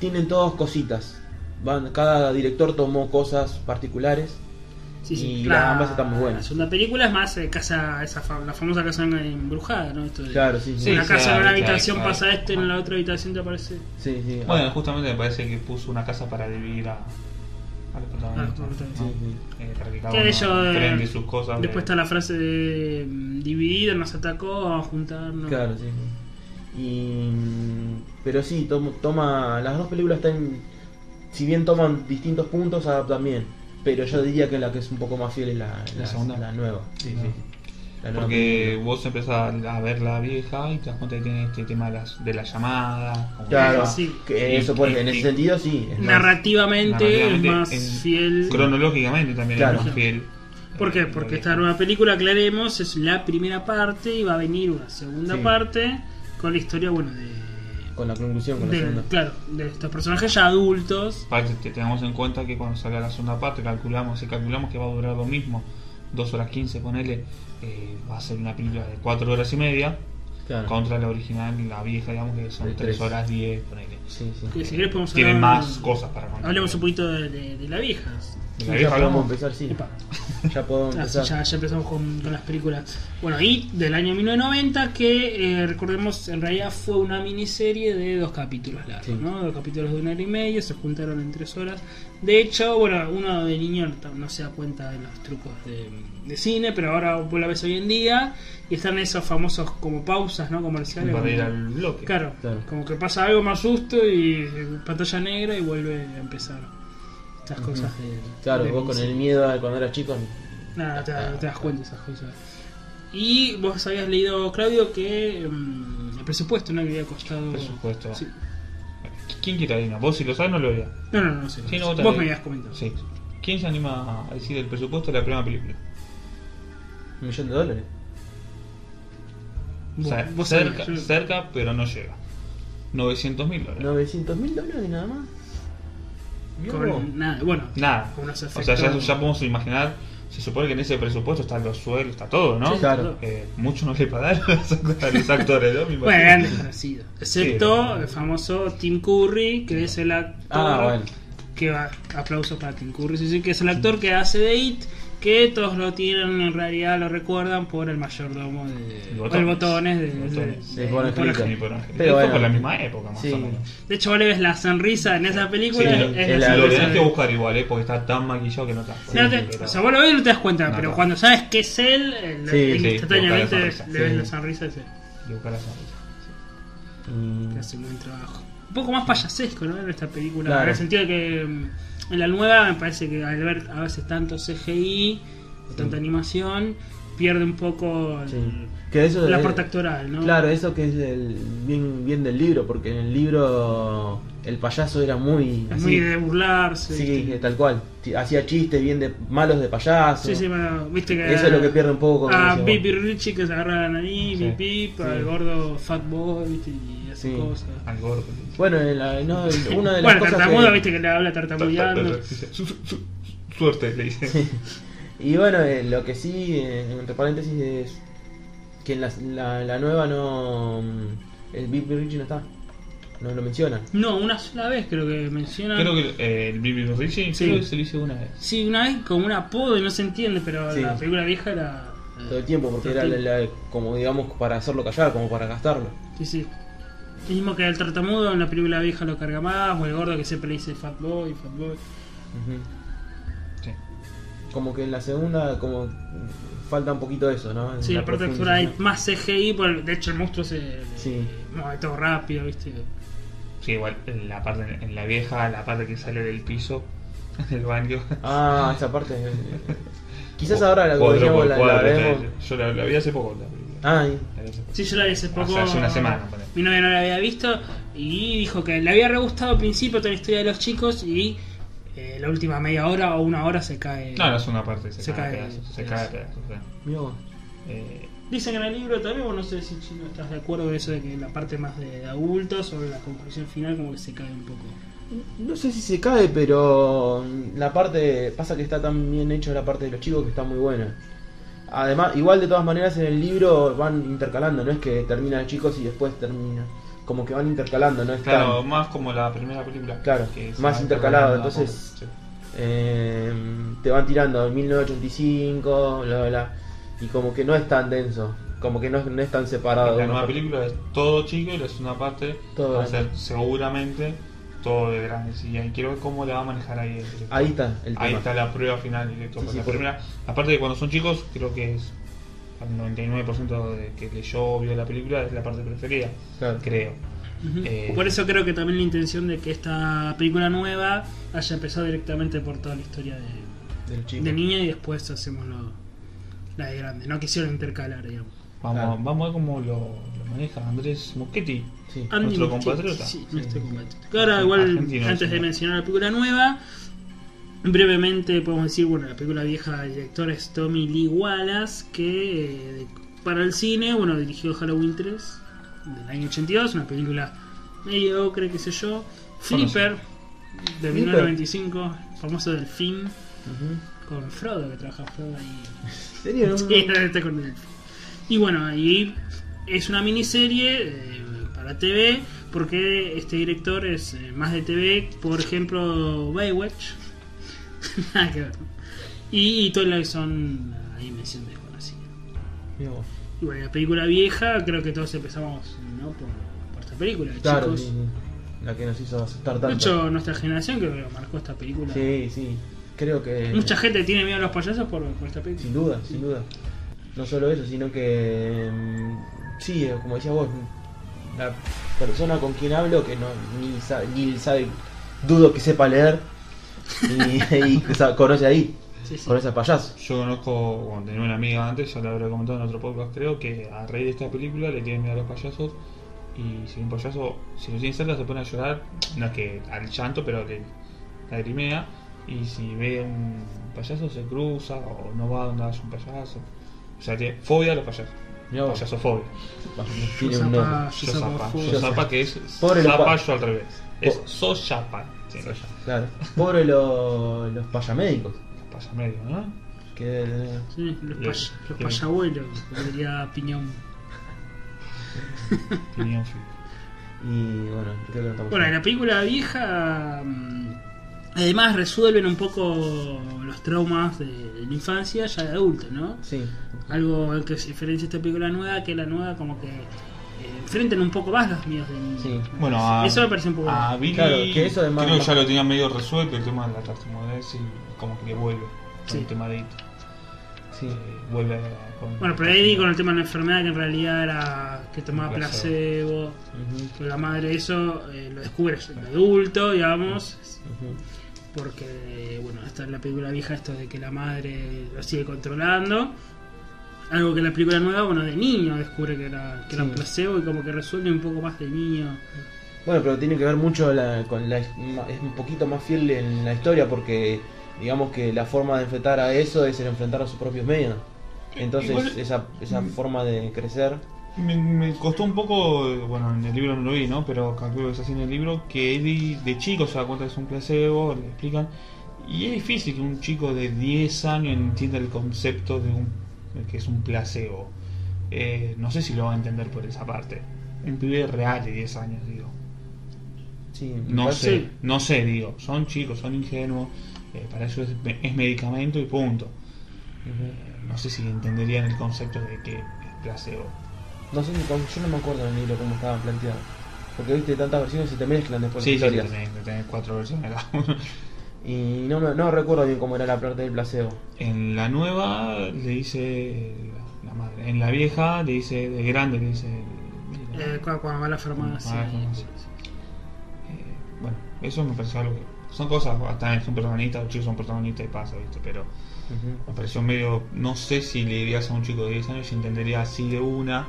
tienen todos cositas. Van, cada director tomó cosas particulares.
Sí, sí.
y
La-
las ambas están muy buenas.
La segunda película es más eh, casa, esa fa- la famosa casa embrujada, ¿no? Esto de-
Claro, sí,
Sí.
sí.
En una
o
casa,
sea,
en una
que hay-
habitación
hay-
pasa esto, en la otra habitación te aparece.
Sí, sí. Ah,
Bueno, justamente me parece que puso una casa para dividir a, a los protagonistas.
Ah, correcto.
¿no?
Sí, sí.
Eh, para que cada
Que
uno
ello, eh,
aprende sus cosas. eh,
Después está la frase de mm, dividido, nos atacó, vamos a juntarnos.
Claro, sí. Y, pero sí, tom- toma. Las dos películas están. Si bien toman distintos puntos, adaptan bien. Pero yo diría que la que es un poco más fiel es la,
La segunda.
la nueva. Sí,
No.
sí. La nueva
Porque
película.
vos empezás a ver la vieja y te das cuenta que tiene este tema de las, de las llamadas. como
Claro,
que-
Sí.
que eso
Y-
por-
y-
en ese
y-
sentido sí. es más-
Narrativamente,
Narrativamente,
es más
en-
fiel.
Cronológicamente también
Claro.
es más fiel.
¿Por
Eh,
qué?
la
Porque
vieja.
esta nueva película, aclaremos, es la primera parte y va a venir una segunda
Sí.
parte con la historia, bueno, de.
Con la conclusión, con la
de-
segunda.
claro, de estos personajes ya adultos.
Para que te- tengamos en cuenta que cuando salga la segunda parte, calculamos, si calculamos que va a durar lo mismo, 2 horas 15, ponele, eh, va a ser una película de 4 horas y media.
Claro.
Contra la original, la vieja, digamos que
De
son 3
tres.
horas 10, ponele.
Sí, sí.
Que si querés podemos
Tienen
hablar-
más cosas para contar.
Hablemos un poquito de, de- de la vieja.
De la
Ya
vieja
podemos
hablamos.
empezar, sí.
Epa.
Ya podemos
Así
empezar.
ya, ya empezamos con, con las películas. Bueno, y del año 1990, que eh, recordemos, en realidad fue una miniserie de dos capítulos largos,
Sí.
¿no? Dos capítulos de una hora y media, se juntaron en tres horas. De hecho, bueno, uno de niño no, no se da cuenta de los trucos de, de cine, pero ahora vos la ves hoy en día y están esos famosos como pausas, ¿no? Comerciales.
Para ir
donde-
al bloque.
Claro,
Claro.
como que pasa algo, me asusto y eh, pantalla negra y vuelve a empezar. Estas cosas de.
Claro,
de
vos con
miniserie.
el miedo a cuando eras chico.
Nada, te,
Ah.
te das cuenta de esas cosas. Y vos habías leído, Claudio, que mm, el presupuesto no le había costado.
Presupuesto.
Sí.
¿Quién quita dinero? ¿Vos si lo sabes no lo veas?
No, no, no sé.
Sí, no,
vos
también.
me habías comentado.
Sí. ¿Quién se anima a decir el presupuesto de la primera película?
Un millón de dólares.
O
Vos,
sea,
vos
cerca,
sabías, yo-
cerca, pero no llega. 900 mil dólares.
900 mil dólares nada más. Mirá
con
vos.
nada, bueno.
Nada.
Con unos
O sea, ya,
efectos-
ya podemos imaginar. Se supone que en ese presupuesto están los sueldos, está todo, ¿no?
Sí, claro.
Eh, muchos no le pagaron a los actores, ¿no? Me imagino.
Bueno, eran desconocidos. Excepto
Sí.
el famoso Tim Curry, que es el actor.
Ah, bueno.
que va, aplausos para Tim Curry, sí, sí, que es el actor que hace de It, que todos lo tienen, en realidad lo recuerdan por el mayordomo de
El
por
Botones.
el botones de,
Botones.
de-
De
de-
Bob
de-
Angelica.
Ni por ángel.
Pero
Esto
bueno.
por la misma época, más
Sí.
o menos.
De hecho, vos le ves la sonrisa en esa película.
Sí,
es
el-
la
el-
Lo
sonrisa
tenés que
de-
buscar igual, ¿eh? Porque está tan maquillado que no te das
No
cuenta.
te-
Pero-
o sea, vos lo ves y no te das cuenta,
No,
pero
no.
cuando sabes que es él, el-
Sí, sí,
buscar
instantáneamente
la sonrisa.
le ves
Sí.
la sonrisa ese,
y buscar la sonrisa.
Mm,
que hace un buen trabajo. Un poco más payasesco, ¿no? En esta película,
Claro.
en el sentido de que mm, en la nueva me parece que al ver a veces tanto CGI, o tanta animación, pierde un poco el-
sí. Que eso
la
es-
parte actoral, ¿no?
Claro, eso que es el, bien, bien del libro, porque en el libro el payaso era muy
Es
así.
muy de burlarse.
Sí,
¿viste?
que tal cual. Ti- Hacía chistes bien de malos de payaso.
Sí, sí, bueno, viste que.
Eso es lo que pierde un poco con
A
eso.
Bibi Richie que se agarra la nariz,
Sí.
Bip Bip, al
Sí.
gordo Fatboy, viste, y hace
Sí.
cosas.
Al gordo.
Bueno, en la- no, en- una de las
Bueno,
cosas
tartamudo,
que-
viste que le habla tartamudeando.
Su- su- su- Suerte, le dice.
Y bueno, eh, lo que sí, eh, entre paréntesis, es que en la, la- la nueva no... mm, El Big Richie no está. No lo mencionan.
No, una sola vez creo que menciona.
Creo que eh, el Bibi Richie
Sí.
creo que se lo hizo una vez.
Sí, una vez con un apodo y no se entiende, pero
Sí.
la película vieja era. eh,
Todo el tiempo, porque
todo el
era
tiempo.
la- la- como digamos para hacerlo callar, como para gastarlo.
Sí, sí. El mismo que el tartamudo en la película vieja lo carga más, o el gordo que siempre le dice Fatboy, Fatboy.
Ujú.
Sí.
Como que en la segunda como falta un poquito eso, ¿no? En
Sí, aparte de textura hay
profundización.
más CGI, por el- de hecho el monstruo se
Sí.
mueve todo rápido, ¿viste?
Sí, igual en la parte en la vieja, la parte que sale del piso, del baño.
Ah, esa parte. eh, Quizás
O-
ahora la,
cuadro
digamos,
por
la- la
cuadro, está
vemos.
bien. Yo la, la vi hace poco. La, película.
Ah, y-
La vi hace poco.
Sí, yo la vi hace poco.
hace una semana, ponele.
Mi novia no la había visto y dijo que le había re gustado al principio toda la historia de los chicos y eh, la última media hora o una hora se cae.
No, no es una parte, se,
Se
cae, a
cae-
pedazos. Se cae a pedazos. o sea,
mirá vos.
eh,
Dicen en el libro también, vos no sé si Chino estás de acuerdo de eso de que la parte más de, de adultos o la conclusión final como que se cae un poco.
No sé si se cae, pero la parte. Pasa que está tan bien hecho la parte de los chicos que está muy buena. Además, igual de todas maneras en el libro van intercalando, no es que termina de chicos y después termina. Como que van intercalando, no es
claro,
tan-
más como la primera película.
Claro,
se
más
va
intercalado,
intercalando a
entonces-
poco, sí.
Eh, te van tirando 1985, bla, bla, bla. Y como que no es tan denso, como que no, es- no es tan separado.
La nueva película es todo chico y la segunda parte
Todo
va a
grande.
ser seguramente todo de grandes. Y ahí quiero ver cómo la va a manejar ahí el director.
Ahí está el tema.
Ahí está la prueba final directo.
Sí,
porque
sí,
la
por-
primera, aparte de cuando son chicos, creo que es el 99% de que leyó o vio la película es la parte preferida,
Claro.
creo. Eh,
Por eso creo que también la intención de que esta película nueva haya empezado directamente por toda la historia de,
de los chicos.
de niña y después hacemos lo, la de grande. No quisieron intercalar, digamos.
Vamos,
Claro.
vamos a ver cómo lo, lo maneja Andrés Muschetti.
Sí.
Ah, Nuestro compatriota.
Sí, nuestro compatriota. Que ahora, igual,
Argentino,
antes de
sí.
mencionar la película nueva, brevemente podemos decir, bueno, la película vieja del director es Tommy Lee Wallace, que eh, de- para el cine, bueno, dirigió Halloween 3 del año 82, una película mediocre, qué sé yo. Flipper, de
Flipper.
1995, famoso delfín,
Ujú.
con Frodo, que trabaja Frodo ahí.
¿En serio? No-
Sí, está con el- Y bueno, ahí es una miniserie eh, para TV, porque este director es eh, más de TV, por ejemplo, Baywatch. Nada que ver. Y, y Twilight son ahí mención desconocida.
Mirá vos.
Y bueno, la película vieja, creo que todos empezamos ¿no? por, por esta película,
Claro,
chicos.
sí, sí. la que nos hizo aceptar tanto.
De hecho, nuestra generación creo que marcó esta película.
Sí, sí. Creo que.
Mucha gente tiene miedo a los payasos por, por esta película.
Sin duda, sin duda. No solo eso, sino que. mm, Sí, eh, como decías vos, la persona con quien hablo, que no ni sabe, ni sabe dudo que sepa leer, y, y que sa- conoce ahí,
Sí, sí.
conoce a payaso.
Yo conozco, bueno, tenía una amiga antes, ya la habré comentado en otro podcast, creo, que a raíz de esta película le tienen miedo a los payasos. Y si un payaso, si lo tiene cerca, se pone a llorar, no es que al llanto, pero le lagrimea. Y si ve un payaso, se cruza o no va donde haya un payaso. O sea, tiene fobia a los payasos.
Mirá vos.
Payasofobia.
Bueno,
Yo
tiene un
zapa-
nombre.
yo
Yo zapa.
zapafobia.
Yo zapa que es
Pobre los pa-
zapallo al revés. Es
Po-
so chapa. Sí, no, ya.
Claro. Pobre lo- los payamédicos.
Pasa medio, ¿no?
Que,
Sí, los,
Bien.
pay- los
Bien.
payabuelos, como diría Piñón.
Tenía un frío.
y bueno, creo que no estamos.
Bueno, en la película vieja, mm, además resuelven un poco los traumas de, de la infancia ya de adulto, ¿no?
Sí,
Algo que se diferencia esta película nueva, que la nueva como que eh, enfrentan un poco más los miedos de niño.
sí.
Bueno, a,
Eso me pareció un poco
a
bueno.
Billy
Claro, que eso además-
creo que ya lo tenía medio resuelto el tema de la tartamudez y como que le vuelve con
Sí.
el tema de
Sí.
eh, vuelve a- con,
Bueno, pero Eddie con el tema de la enfermedad, que en realidad era que tomaba placebo,
Placebo.
Ujú,
que la madre eso eh, lo descubres en adulto, digamos,
ujú.
porque, bueno, hasta en la película vieja esto de que la madre lo sigue controlando. Algo que la película nueva, bueno, de niño descubre que era, que era
Sí.
un placebo y como que resuelve un poco más de niño.
Bueno, pero tiene que ver mucho la- con la. Es un poquito más fiel en la historia porque, digamos que la forma de enfrentar a eso es el enfrentar a sus propios medios. Entonces,
Igual-
esa, esa forma de crecer.
Me, me costó un poco, eh, bueno, en el libro no lo vi, ¿no? Pero calculo que es así en el libro, que Eddie de chico se da cuenta que es un placebo, le explican. Y es difícil que un chico de 10 años entienda el concepto de un de que es un placebo. Eh, no sé si lo va a entender por esa parte. Un pibe real de 10 años, digo.
Sí, me
No
parece-
sé, no sé, digo. Son chicos, son ingenuos. eh, para ellos es, me- es medicamento y punto. Eh,
Ujú.
No sé si entenderían el concepto de que es placebo.
No sé, ni cómo- yo no me acuerdo del libro cómo estaban planteados. Porque viste tantas versiones y se te mezclan después
sí,
las
sí,
historias.
tenés, tenés cuatro versiones cada uno.
y no, me- no recuerdo bien cómo era la parte del placebo.
En la nueva le dice la madre. En la vieja le dice de grande, le dice.
Eh, cu- cuando va a la farmacia.
Ah,
y-
sí. eh, bueno, eso me pareció algo que. Son cosas, hasta es un protagonista, los chicos son protagonistas y pasa, ¿viste? Pero
Ujú.
me pareció medio. No sé si le dirías a un chico de 10 años y entendería así de una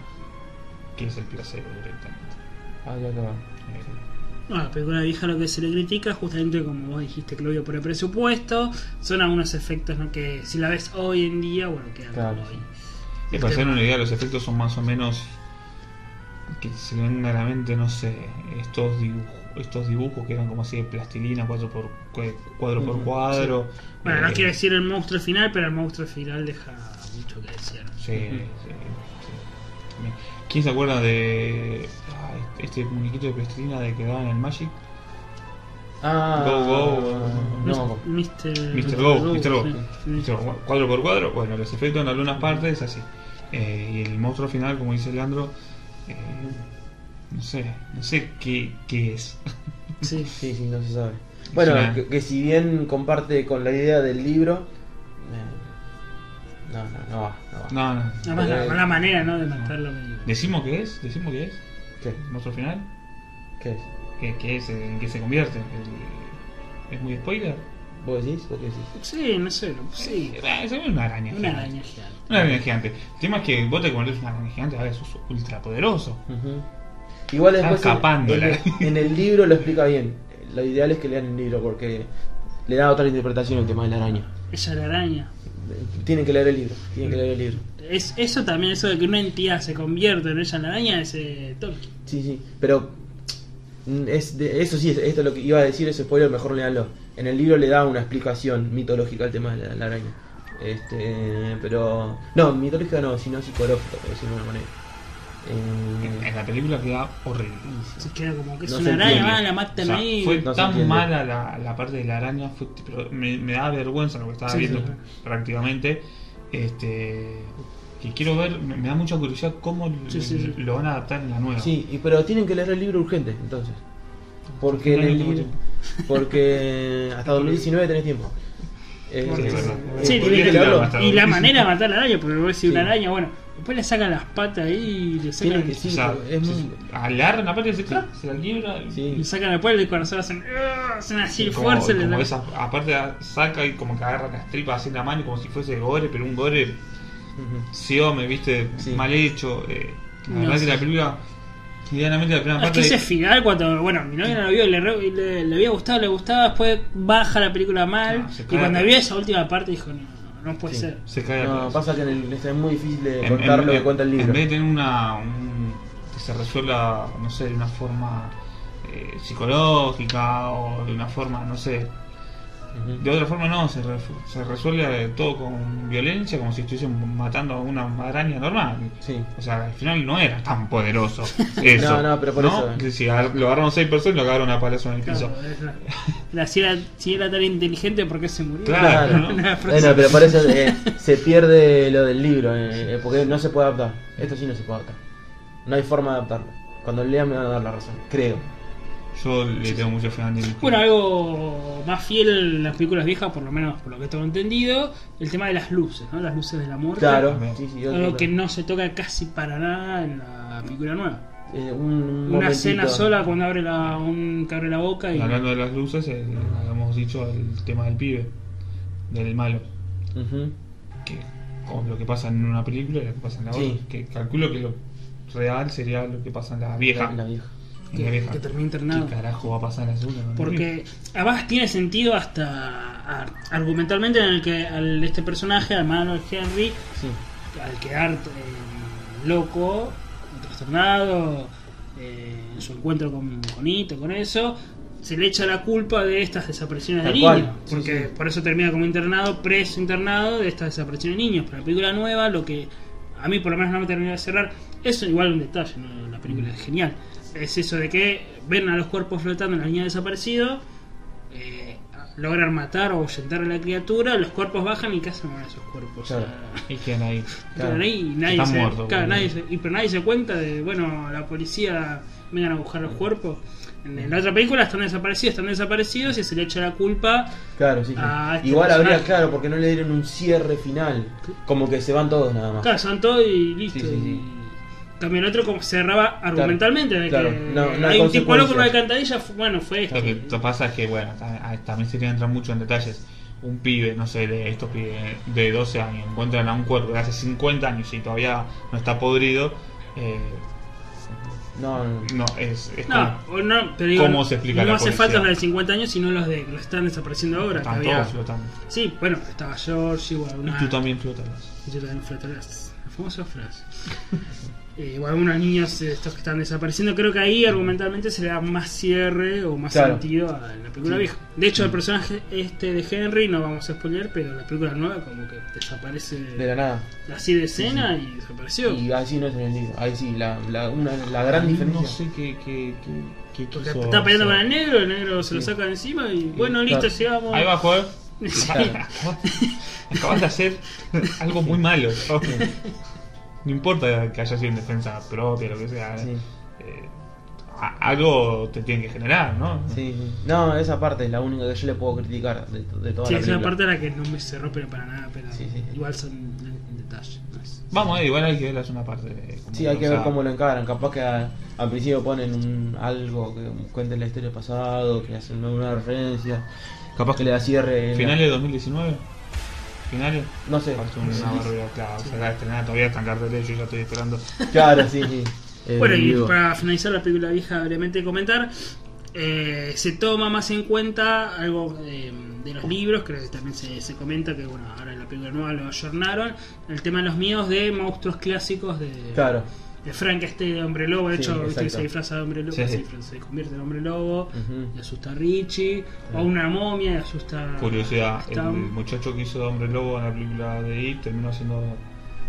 que es el placebo directamente.
Habría que ver.
Eh,
Bueno, la película vieja lo que se le critica, justamente como vos dijiste, Claudio, por el presupuesto, son algunos efectos ¿no? que si la ves hoy en día, bueno, quedan
Claro.
hoy.
y
Este
para hacer una idea, los efectos son más o menos. Que se le venga a la mente, no sé, estos dibujos, estos dibujos que eran como así de plastilina, cuadro por cue- cuadro. Por
Ujú,
cuadro
Bueno, no
Eh,
quiero decir el monstruo final, pero el monstruo final deja mucho que decir.
Sí, sí, sí. Bien. ¿Quién se acuerda de ah, este muñequito de plastilina de que daban en el Magic?
Ah,
Go, go.
no me acuerdo.
Mr.
Mr. Go, Mr. Go.
sí.
Mr. Go, Cuadro por cuadro, bueno, los efectos en algunas partes es así. Eh, y el monstruo final, como dice Leandro, eh, no sé, no sé qué, qué es.
Sí.
Sí, sí, no se sabe. Bueno,
una-
que, que si bien comparte con la idea del libro, eh, no, no, no va, no va.
No, no.
Además, la, la manera ¿no? de matarlo. medio-
¿Decimos qué es? ¿Decimos qué es?
¿Qué?
¿El monstruo final?
¿Qué es?
¿Qué, qué es? ¿En qué se convierte? ¿El- ¿Es muy spoiler?
¿Vos decís? ¿Vos qué decís?
Sí, no sé, lo- sí.
Eh, bah, se ve una araña.
Una araña gigante.
Una araña gigante. El tema es que vos te convertís en una araña gigante, ahora sos ultra poderoso.
Ujú. Igual
Está
después en,
escapándola.
en el- en el libro lo explica bien. Lo ideal es que lean el libro porque le da otra interpretación el tema de la araña.
Ella la araña.
Tienen que leer el libro, tienen que leer el libro.
Es, eso también, eso de que una entidad se convierte en ella la araña, es eh, Tolkien.
Sí, sí, pero mm, es de- eso sí, es- esto es lo que iba a decir, ese spoiler, mejor leanlo. En el libro le da una explicación mitológica al tema de la, la araña. Este, pero no, mitológica no, sino psicológica, por decirlo de una manera. Eh,
En la película queda horrible.
Se queda como que es
No
una
se
araña,
entiende.
ah, la matan
O sea,
ahí.
fue
No se
tan
entiende.
mala la, la parte de la araña, fue- pero me, me da vergüenza lo que estaba
Sí,
viendo
sí, sí.
prácticamente. Este, y quiero ver, me, me da mucha curiosidad cómo l-
Sí, sí, sí.
lo van a adaptar en la nueva.
sí, y, pero tienen que leer el libro urgente, entonces. Porque en
No, no
el
tengo
libro-
tiempo.
Porque hasta 2019 tenés tiempo. Eh,
Sí,
eh,
es verdad.
eh,
Sí,
Podría
tienen
tiene
que
que
tirar
leerlo.
más tarde.
Y la manera de matar a la araña, porque vos decís una
Sí.
araña, bueno, después le sacan las patas ahí y le sacan,
Tiene que ser.
O sea,
Sí, es
se-
muy-
alargan la parte de atrás, se la libra.
Sí.
le sacan después el corazón, hacen, "Ah", hacen así
como,
fuerza. le
como
dan-
esa- aparte saca y como que agarra las tripas así en la mano como si fuese gore, pero un gore
Ujú.
me viste,
Sí.
mal hecho. eh. la
No,
verdad
sí.
que la película, livianamente la primera
Es que
parte...
ese final, cuando, bueno, mi novia no lo vio, le, re- le- le había gustado, le gustaba, después baja la película mal.
No, se
y
cae
cuando
atrás.
vio esa última parte, dijo, no, no, no puede
Sí.
ser.
se cae
No,
atrás.
pasa que en el, es muy difícil de
En- en-
contar lo que
en-
cuenta el libro.
En vez de tener una. un- que se resuelva, no sé, de una forma eh, psicológica o de una forma, no sé.
Ujú.
De otra forma, no, se, re- se resuelve todo con violencia, como si estuviesen matando a una araña normal.
Sí.
O sea, al final no era tan poderoso eso.
No, no, pero por eso.
Que Si agar- lo agarraron seis personas y lo agarraron a palazo en el piso.
Claro, es la- la- si, era, si era tan inteligente, ¿por qué se murió?
Claro,
Claro.
¿no?
Una frase.
Bueno, pero por eso eh, se pierde lo del libro, eh, eh, porque no se puede adaptar. Esto sí no se puede adaptar. No hay forma de adaptarlo. Cuando lean me van a dar la razón, creo.
Yo le tengo mucho fe a Andy Lucas.
Bueno, algo más fiel a las películas viejas, por lo menos por lo que tengo entendido, el tema de las luces, ¿no? Las luces de la muerte.
Claro,
también.
sí, sí, otro-
Algo que no se toca casi para nada en la película nueva.
eh, un- un
Una escena
escena
sola cuando abre la, un, que abre la boca y...
Hablando de las luces, el- habíamos dicho el tema del pibe, del malo. que con lo que pasa en una película y lo que pasa en la
Sí.
otra. Que calculo que lo real sería lo que pasa en la vieja.
La, vieja.
en la
que,
vieja.
que termina internado.
¿Qué carajo va a pasar en la segunda? No
Porque además tiene sentido hasta a- argumentalmente en el que al- este personaje, al malo Henry,
Sí.
al quedar eh, loco, trastornado, eh, en su encuentro con, con Ito, con eso, se le echa la culpa de estas desapariciones de
Tal cual,
niños.
sí,
Porque
sí.
por eso termina como internado, preso internado de estas desapariciones de niños. Pero la película nueva, lo que a mí por lo menos no me terminó de cerrar, eso igual un detalle, ¿no? la película es genial. Es eso de que ven a los cuerpos flotando en la línea de desaparecido, eh, logran matar o ahuyentar a la criatura, los cuerpos bajan y cazan a esos cuerpos.
Claro.
Y quedan ahí.
Claro.
Claro, ahí nadie
Están
se,
muertos,
claro,
boludo.
nadie se- y, pero nadie se cuenta de, bueno, la policía vengan a buscar los cuerpos. En, en la otra película están desaparecidos, están desaparecidos y se le echa la culpa.
Claro, sí. sí.
Ah, este
Igual habría,
personaje.
claro, porque no le dieron un cierre final. Como que se van todos nada más.
Claro, son todos y listo.
Sí, sí, sí.
Y También el otro como cerraba argumentalmente de
claro.
que
No, no hay
hay un tipo
consecuencias.
loco con una alcantarilla, fu- bueno, fue esto.
Lo que to- pasa es que, bueno, ta- ah, también se tiene que entrar mucho en detalles. Un pibe, no sé, de estos pibes de 12 años, encuentran a un cuerpo de hace 50 años y todavía no está podrido. eh,
No, no, no.
no, es, es
No,
como-
o no, pero digo,
¿Cómo se explica
no
la
hace
policía?
falta los de 50 años, sino los de los que están desapareciendo ahora. que
están
había-
todos flotando.
Sí, bueno, estaba George, igual una,
Tú también flotas.
Yo también flotarás. La famosa frase. Eh, igual algunos niños eh, estos que están desapareciendo, creo que ahí argumentalmente se le da más cierre o más
Claro.
sentido a la película
Sí.
vieja. De hecho, el personaje este de Henry, no vamos a spoiler, pero la película nueva como que desaparece
de la nada.
así de escena y desapareció.
Y así no es en el libro. Ahí sí, la, la, una, la gran diferencia.
No sé qué. qué, qué, qué
Porque
quiso
está peleando con
hacer.
el negro, el negro se lo
Sí.
saca de encima y bueno,
claro.
listo, llegamos.
Ahí va, joder.
Sí.
Acabas de hacer algo muy malo. No importa que haya sido en defensa propia, lo que sea.
Sí.
eh, a- algo te tienen que generar, ¿no?
Sí, sí. No, esa parte es la única que yo le puedo criticar de, de toda
Sí,
la
esa es la
película.
parte de la que no me cerró, pero para nada, pero
Sí, sí.
igual son detalles. no es-
Vamos, eh, igual hay que ver la segunda parte. eh, como
Sí, hay
o
que
sea,
ver cómo lo encaran. Capaz que a- al principio ponen un, algo que cuente la historia del pasado, que hacen una referencia, capaz que le da cierre. en la-
Finales de 2019. Finales.
No sé.
Parece una barbaridad, claro. O sea, la estrenada todavía está en cartelera, yo ya estoy esperando.
Claro, sí, sí. Eh,
Bueno, y
digo,
para finalizar la película vieja, brevemente comentar, eh, se toma más en cuenta algo eh, de los libros, creo que también se, se comenta que bueno, ahora en la película nueva lo ayornaron, el tema de los miedos de monstruos clásicos de,
Claro.
de Frankenstein, de Hombre Lobo, de
Sí,
hecho viste que
exacto.
se disfraza de Hombre Lobo,
Sí, sí.
se, disfra- se convierte en Hombre Lobo,
Ujú.
y asusta a Richie, o una momia y asusta
Curiosidad,
a
el
Stan.
muchacho que hizo de hombre lobo en la película de It terminó haciendo,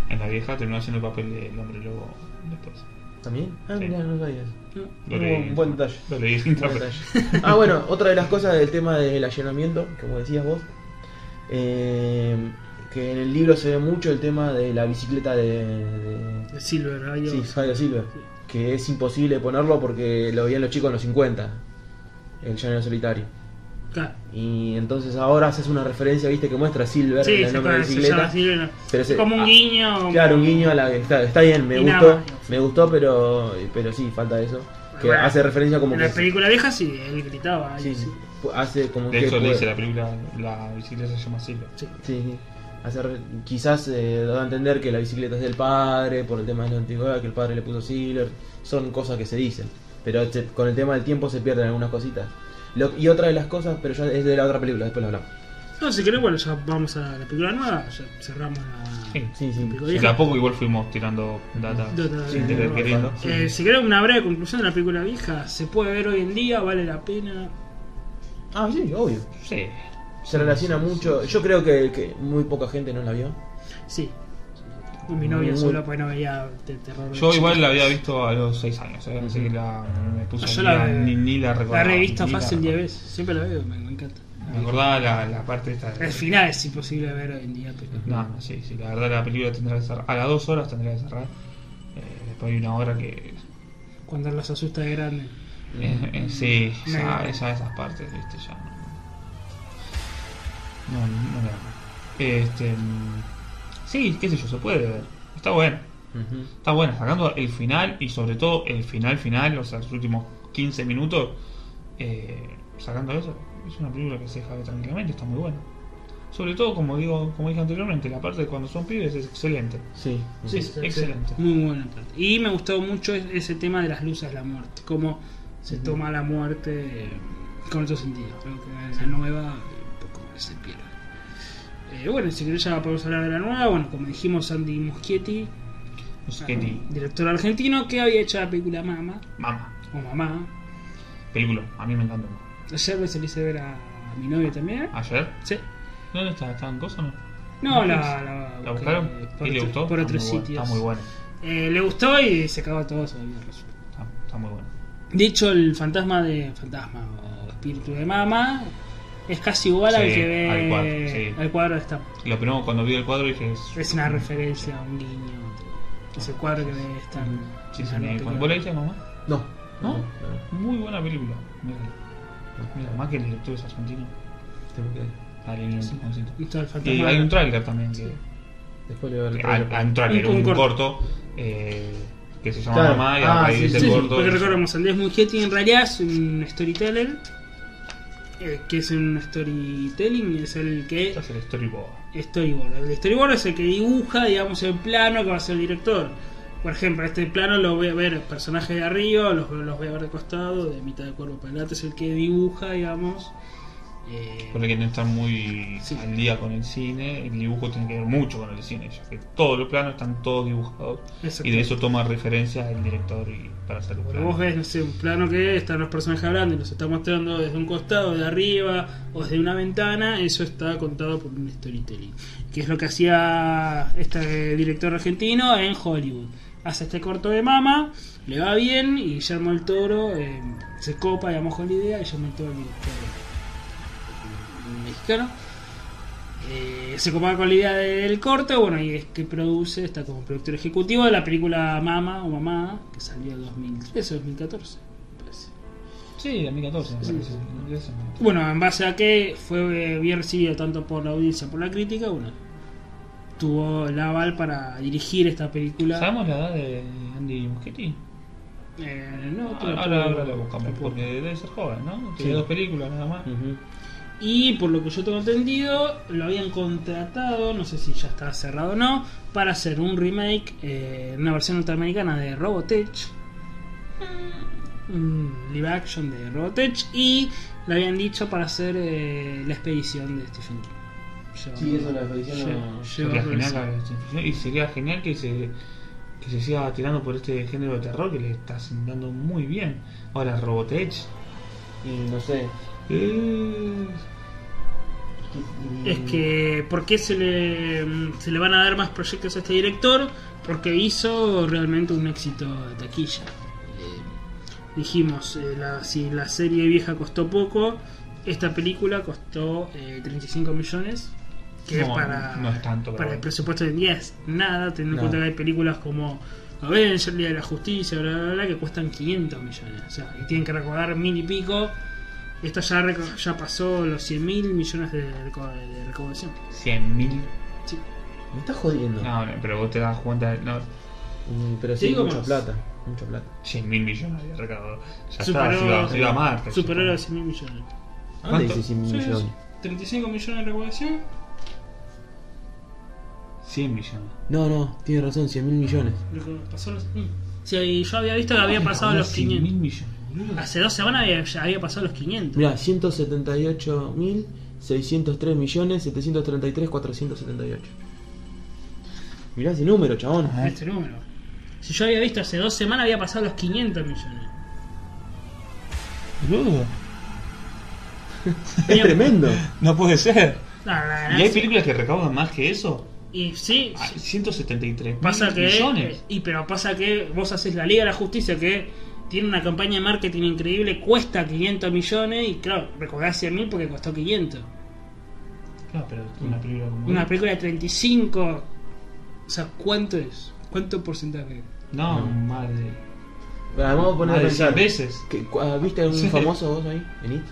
en la vieja, terminó haciendo el papel del hombre lobo después.
¿También? Ah,
Sí.
mirá, no sabía eso.
Lo
Un
leí.
buen detalle.
Lo leí.
Buen detalle. Ah, bueno, otra de las cosas del tema del allanamiento, como decías vos, eh, que en el libro se ve mucho el tema de la bicicleta de, de-
El Silver, ahí
sí,
vamos.
Fabio Silva, que es imposible ponerlo porque lo veían los chicos en los 50, el llanero solitario.
Claro.
Y entonces ahora haces una referencia, viste, que muestra a Silver
Sí,
en
se
el nombre de
llama- se llama
bicicleta.
Silver. no.
pero
Es
se-
como un
ah,
guiño.
Claro, un guiño a la que está, está bien, me
Y nada
gustó,
más.
me gustó, pero pero sí, falta eso. Que
Bueno,
hace referencia como
En
que
la película vieja sí, él gritaba. ahí,
Sí,
sí.
sí. Hace como
De
que
hecho, le
puede-
dice la película, la bicicleta se llama Silva.
Sí.
Sí, sí. Hacer, quizás eh, da a entender que la bicicleta es del padre, por el tema de la antigüedad, que el padre le puso Sealer. Son cosas que se dicen. Pero se- con el tema del tiempo se pierden algunas cositas. Lo- y otra de las cosas, pero ya es de la otra película, después lo hablamos.
No, si querés, bueno, ya vamos a la película nueva, ya cerramos la.
Sí.
Sí, sí.
Lo
Y
dije.
tampoco igual fuimos tirando data
Data,
sin
eh,
tener
no,
queriendo.
no.
Eh, si querés una breve conclusión de la película vieja, se puede ver hoy en día, vale la pena.
Ah, sí, obvio.
Sí.
Se relaciona mucho. Yo creo que, que muy poca gente no la vio.
Sí. Con mi novia
Muy-
sola, pues no veía de terror. de
Yo
chico.
igual la había visto a los 6 años, ¿eh? así
Ujú.
que la, me puse
Ah, Yo
al
la,
día, ni, ni la
la
recordaba.
he visto
ni la
fácil 10
recordaba.
veces, siempre la veo, me, me encanta.
Me acordaba la, la parte esta de...
El final es imposible de ver hoy en día, pero.
No, no, sí, sí, la verdad la película tendrá que cerrar. A las 2 horas tendrá que cerrar. Eh, después hay una hora que...
Cuando los asusta de grande.
eh, eh, sí,
Me
ya,
encanta.
ya esas partes, viste, ya no... No, no la Este... mm, Sí, qué sé yo, se puede ver. Está bueno. Está bueno, sacando el final y sobre todo el final final, o sea, los últimos 15 minutos, eh, sacando eso, es una película que se deja ver tranquilamente, está muy buena. Sobre todo, como digo, como dije anteriormente, la parte de cuando son pibes es excelente.
Sí.
Sí,
Sí, sí,
excelente.
Muy buena parte. Y me gustó mucho es- ese tema de las luces de la muerte. Cómo se toma la muerte eh, con otro sentido. Creo que en la nueva eh, un poco se pierde. Eh, bueno, si querés ya podemos hablar de la nueva. Bueno, como dijimos, Andy Muschietti,
Es que ni
director argentino que había hecho la película Mama
mamá,
o Mamá.
película, a mí me encantó.
Ayer me salí a ver a, a mi novia también.
¿Ayer?
Sí.
¿Dónde está? ¿Está en cosa o no?
No, la, la,
Ah. ¿La
busqué
buscaron?
Por,
¿Y le
otro-
gustó?
por
Está
otros
muy buena,
sitios.
Está muy bueno.
Eh, le gustó y se cagó todo eso. resulta.
Está, está muy bueno.
De hecho, el fantasma de fantasma o espíritu de mama es casi igual
Sí,
al que ve
al cuadro, sí.
al cuadro de esta.
Lo primero cuando vi el cuadro dije...
Es una referencia a un guiño. Es el cuadro que ve esta.
Sí,
en
sí,
la
me di
película.
cuenta. ¿Vos la viste, mamá?
No.
¿No? Muy buena película. Mira, mira, más que el director es argentino.
Tengo que-
Dale, un empujoncito.
Y todo el
Y
fantasma.
hay un tráiler también. Que,
Después le voy a ver.
que hay, hay un tráiler,
Un-
un,
un corto.
corto. eh, que se llama
Claro.
Mamá y a
Ah,
raíz
sí,
de ese
Sí, sí,
corto.
porque recordemos, Andrés Muschietti en realidad es un storyteller. eh, que es un storytelling, es el que
Este es el storyboard.
storyboard. El storyboard es el que dibuja, digamos, el plano que va a ser el director. Por ejemplo, este plano lo voy a ver el personaje de arriba, los, los voy a ver de costado, de mitad de cuerpo para adelante, es el que dibuja, digamos. eh,
Por el que no están muy
Sí.
al día con el cine, el dibujo tiene que ver mucho con el cine, ya que todos los planos están todos dibujados
exacto.
y de eso toma referencia el director y para hacer los
Cuando vos
planos.
ves, no sé, un plano que están los personajes hablando y los está mostrando desde un costado, de arriba o desde una ventana, eso está contado por un storytelling. Que es lo que hacía este director argentino en Hollywood. Hace este corto de mama, le va bien y Guillermo el Toro eh, se copa, digamos, con la idea. Guillermo el Toro, el director eh, mexicano. Eh, se compara con la idea del corte, bueno, y es que produce, está como productor ejecutivo de la película Mama o Mamá, que salió en 2013 o 2014. me parece.
Sí, a mí 14 me
Sí,
parece.
sí.
Me parece.
Bueno, en base a que fue eh, bien recibido tanto por la audiencia como por la crítica, bueno, tuvo el aval para dirigir esta película.
¿Sabemos la edad de Andy Muschietti?
Eh, no, te lo
Ah, ahora, ahora,
puedo-
la
te
buscamos,
lo puedo-
porque debe ser joven, ¿no? Tiene
Sí.
dos películas nada más.
Ujú.
Y por lo que yo tengo entendido, lo habían contratado, no sé si ya está cerrado o no, para hacer un remake, eh, una versión norteamericana de Robotech. Un live action de Robotech. Y lo habían dicho para hacer eh, la expedición de Stephen King. Lleva-
Sí, eso la expedición
lleva-
no-
lleva
Sería
por
genial
ese-
la versión. y sería genial que se, que se siga tirando por este género de terror que le está sentando muy bien. Ahora Robotech.
Y no sé.
eh,
qui- y-
Es que, ¿por qué se le, se le van a dar más proyectos a este director? Porque hizo realmente un éxito de taquilla. Eh, dijimos, eh, la- si la serie vieja costó poco, esta película costó eh, 35 millones. Que
No,
para,
no es tanto, pero
para el
bueno.
presupuesto de hoy en día es nada, teniendo en
Nada.
cuenta que hay películas como Avengers, Día de la Justicia, bla, bla, bla, que cuestan 500 millones. O sea, que tienen que recordar mil y pico. Esta ya, reco- ya pasó los 100 mil millones de, reco- de recaudación.
100.000.
Sí.
Me estás jodiendo.
No, no, pero vos te das cuenta. No,
Mm, Pero
Te
sí,
digo
mucha
más.
plata. Mucha plata.
100.000 millones de recaudado. Ya está,
Superó- eh,
se iba, se iba a Marte.
Superó
supongo.
los 100 mil millones.
¿Dónde
¿Cuánto?
dice 100
Sí,
millones?
35 millones de recaudación.
100 millones.
No, no, tienes razón, 100 mil millones.
Lo que pasó los. mm. Sí, y yo había visto que había pasado los
100.000
500.
millones, boludo.
Hace dos semanas había, ya había pasado los 500.
Mira, 178 mil 603 millones 733 478. Mirá ese número, chabón.
Ah.
Este número. Si yo había visto hace dos semanas había pasado los 500 millones.
Boludo.
Es tremendo.
No puede ser.
La- la
¿Y hay
ganancia-
películas que recaudan más que eso?
y sí,
Ah,
sí.
173
pasa que. eh,
millones.
Y pero pasa que vos haces la Liga de la Justicia que tiene una campaña de marketing increíble, cuesta 500 millones y claro, recordás 100 mil porque costó 500.
Claro, pero una película como.
Una película de 35. O sea, ¿cuánto es? ¿Cuánto porcentaje?
No,
No.
más de.
Ahora, vamos a poner
más
a
de 100
pensar.
veces.
¿Qué- cu- ah, ¿Viste algún
Sí.
famoso vos ahí? ¿En It?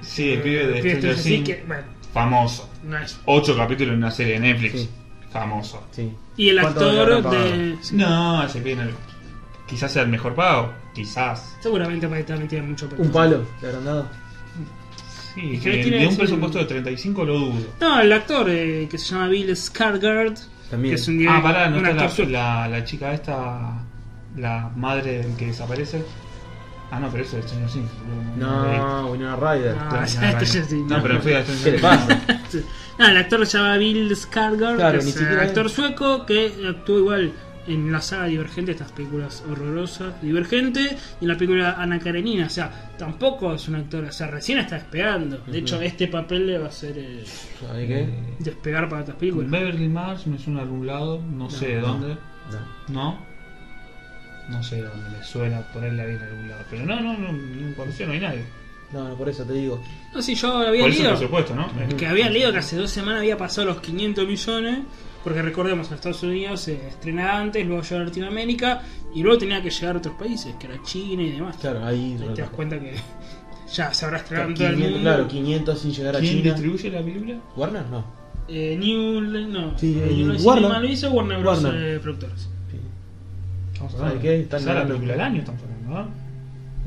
Sí, el pibe de
Pibe
Stranger
Stranger Things
Things.
que- bueno,
Famoso.
no es.
Ocho capítulos en una serie de Netflix.
Sí.
Famoso.
Sí.
Y el
¿Cuánto le habrán
actor
pagado?
de.
No, ese pibe no- Quizás sea el mejor pago. Quizás.
Seguramente para también tiene mucho peso.
Un palo, le habrán dado.
Sí,
¿Y qué
de-
tiene
de
que
un
ser?
presupuesto de 35 lo dudo.
No, el actor eh, que se llama Bill Skarsgård. Que
También.
es un,
Ah, pará, ¿no
un actor
está
sueco.
la, la, la chica esta? La madre del que desaparece. Ah, no, pero eso es Stranger Things. Eh,
No, Ah, Winona Ryder.
No.
Claro,
esa
no,
es
no.
Stranger Things.
No, pero fui a
¿Qué le
Stranger Things.
pasa?
No, el actor se llama Bill Skarsgård,
Claro,
que
ni
es eh,
siquiera es.
actor sueco que actúa igual en la saga Divergente, estas películas horrorosas, Divergente, y en la película Ana Karenina, o sea, tampoco es un actor, o sea, recién está despegando. De hecho,
Ujú.
este papel le va a hacer eh,
¿Sabés qué?
Eh.
despegar para otras
Con
películas.
Beverly Marsh me suena de algún lado, no, sé de dónde.
No.
¿No? No sé de dónde me suena ponerla bien en algún lado. Pero no, no, no, no conocía, no hay nadie.
No, no, por eso te digo.
No sé, yo había
Por eso el
leído...
presupuesto, ¿no?
El que había leído que hace dos semanas había pasado los 500 millones, porque recordemos, en Estados Unidos se estrenaba antes, luego llegó a Latinoamérica y luego tenía que llegar a otros países, que era China y demás.
Claro, ahí.
Ahí te das cuenta que ya se habrá estrenado en todo el
500,
mundo.
claro, 500 sin llegar a
¿Quién
China.
distribuye la película?
¿Warner? No.
Eh, New, no,
Sí,
New
eh,
Line
Warner.
Cinema lo hizo Warner Bros.
Warner.
eh, productores.
Sí.
Estamos
¿Sabe
hablando.
qué? Están
Quizá la
ganando.
película del año estamos hablando, ¿no?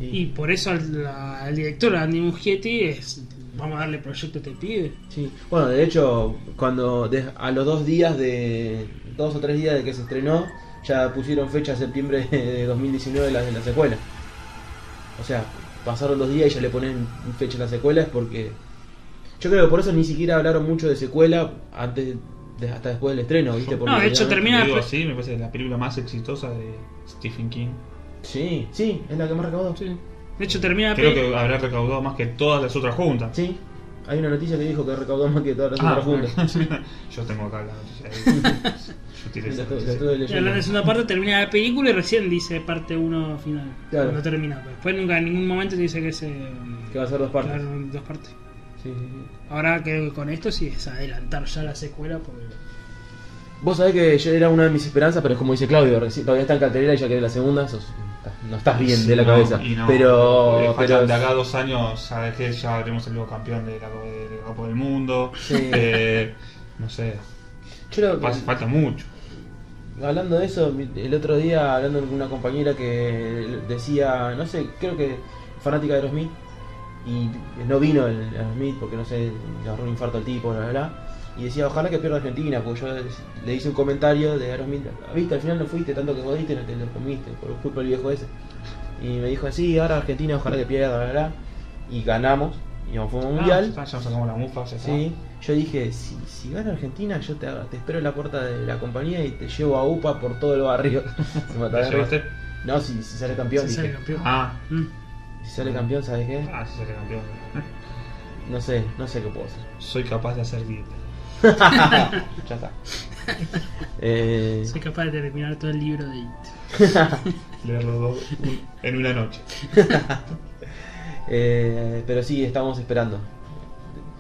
Y por eso al- la- el director Andy Muschietti es, vamos a darle proyecto a este pibe.
Sí, bueno, de hecho, cuando de- a los dos días de. dos o tres días de que se estrenó, ya pusieron fecha a septiembre de 2019 de la, de la secuela. O sea, pasaron dos días y ya le ponen fecha a las secuelas porque. Yo creo que por eso ni siquiera hablaron mucho de secuela antes de- hasta después del estreno, ¿viste? Porque
No, de hecho,
ya-
termina-
Lo digo
después-
así, me parece que es la película más exitosa de Stephen King.
Sí, sí, es la que más recaudó. Sí.
De hecho, termina la
Creo
peli-
que habrá recaudado más que todas las otras juntas.
hay una noticia que dijo que recaudó más que todas las
Ah,
otras juntas.
yo tengo acá la noticia. ahí. Yo tiré
La
esa noticia.
estuve- la estuve
Y hablando de
leyendo.
segunda parte, termina la película y recién dice parte 1 final.
Claro.
Cuando termina. pero Después nunca en ningún momento te dice que se.
Que va a ser dos partes.
claro, dos partes.
Sí, sí, sí.
Ahora creo que con esto sí es adelantar ya la secuela. Porque...
Vos sabés que yo era una de mis esperanzas, pero es como dice Claudio, reci- todavía está en cartelera y ya querés la segunda, sos- no estás bien
Sí,
de la
no,
cabeza.
y no,
pero
le faltan
pero
de acá a dos años, sabes que ya habremos salido campeón de la, de la Copa del Mundo.
Sí.
Eh, no sé,
yo lo-
fa- falta mucho.
hablando de eso, mi- el otro día hablando con una compañera que decía, no sé, creo que fanática de Aerosmith y no vino el Aerosmith porque no sé, le agarró un infarto al tipo, bla bla bla. Y decía, ojalá que pierda Argentina, porque yo le hice un comentario de Aerosmith, viste, al final no fuiste tanto que jodiste, no te lo comiste, por culpa del viejo ese. Y me dijo, sí, ahora Argentina, ojalá que pierda, bla, bla, bla. Y ganamos, y nos fuimos al
Ah, ya
mundial.
está, ya nos sacamos la mufa, ya está.
Sí, yo dije, si, si gana Argentina, yo te, te espero en la puerta de la compañía y te llevo a UPA por todo el barrio. Se mataba
¿La
de risa.
llevaste?
No, si, si sale campeón,
se
dije.
sale campeón.
Ah,
Mm.
Si sale campeón, ¿sabes qué?
ah, sí, sale campeón.
No sé, no sé qué puedo hacer.
Soy capaz de hacer dieta.
ya está. Eh,
Soy capaz de terminar todo el libro de It.
Leerlo dos un- en una noche.
eh, pero sí, estamos esperando.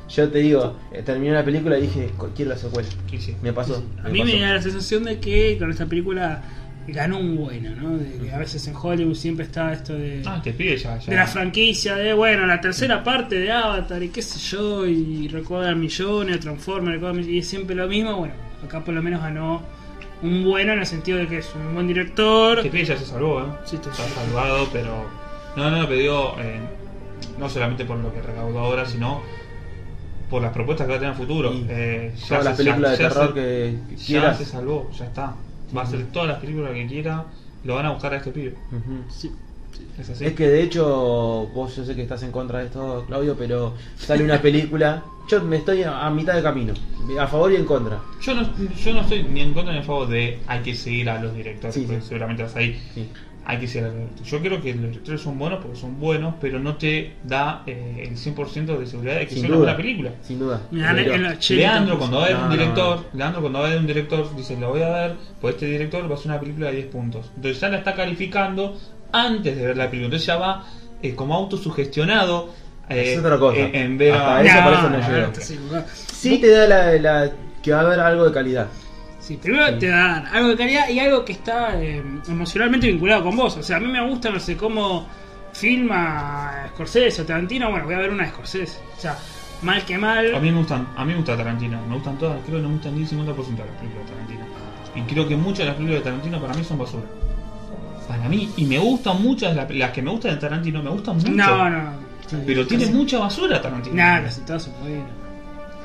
Yo te digo, eh, terminé la película y dije, "Co- quiero la secuela.
Y sí.
Me pasó.
A mí me
pasó.
da la sensación de que con esta película ganó un bueno, ¿no? De que a veces en Hollywood siempre está esto de,
Ah, que pide ya. ya.
de la franquicia, de bueno, la tercera parte de Avatar y qué sé yo, y recuerda millones, Transformers, recuerda millones, y es siempre lo mismo. Bueno, acá por lo menos ganó un bueno en el sentido de que es un buen director.
Que pide ya se salvó, ¿eh?
Sí, te-
Está salvado, pero. No, no, pero digo, eh, no solamente por lo que recaudó ahora, sino por las propuestas que va a tener en el futuro.
Y
Eh, ya
Todas
se-
las películas
ya-
de
ya
terror
se-
que que
Ya
quieras.
se salvó, ya está. Va a
Sí.
hacer todas las películas que quiera, lo van a buscar a este pibe.
Ujú.
Sí, sí.
Es así.
Es que de hecho, vos yo sé que estás en contra de esto, Claudio, pero sale una película. Yo me estoy a, a mitad de camino, a favor y en contra.
Yo no, yo no estoy ni en contra ni a favor de hay que seguir a los directores,
Sí, sí.
porque seguramente vas ahí.
Sí.
Hay que seguir a los directores. Yo creo que los directores son buenos porque son buenos, pero no te da eh, el 100% de seguridad de que
Sin
sea una
duda.
buena película.
Sin duda.
Mirá,
Pero-
en la- Che,
Leandro,
entonces-
cuando va a ver
No,
un
no,
director, Leandro, cuando va a ver un director, dice, la voy a ver, pues este director va a hacer una película de 10 puntos. Entonces ya la está calificando antes de ver la película. Entonces ya va eh, como autosugestionado. eh,
Es otra cosa.
eh, en vez
Hasta
a-
eso
No,
por eso no
no,
llega.
no,
este es el lugar.
Sí te da la, la- que va a haber algo de calidad.
Sí, primero te dan algo de calidad y algo que está eh, emocionalmente vinculado con vos. O sea, a mí me gusta, no sé, cómo filma Scorsese o Tarantino. Bueno, voy a ver una de Scorsese. O sea, mal que
A
mal.
mí me gustan, a mí me gusta Tarantino, me gustan todas, creo que no me gustan ni el 50% de las películas de Tarantino. Y creo que muchas de las películas de Tarantino para mí son basura. Para mí, y me gustan muchas, las, las que me gustan de Tarantino, me gustan mucho.
No, no.
Pero tiene mucha basura Tarantino.
Nada, casi todas son buenas.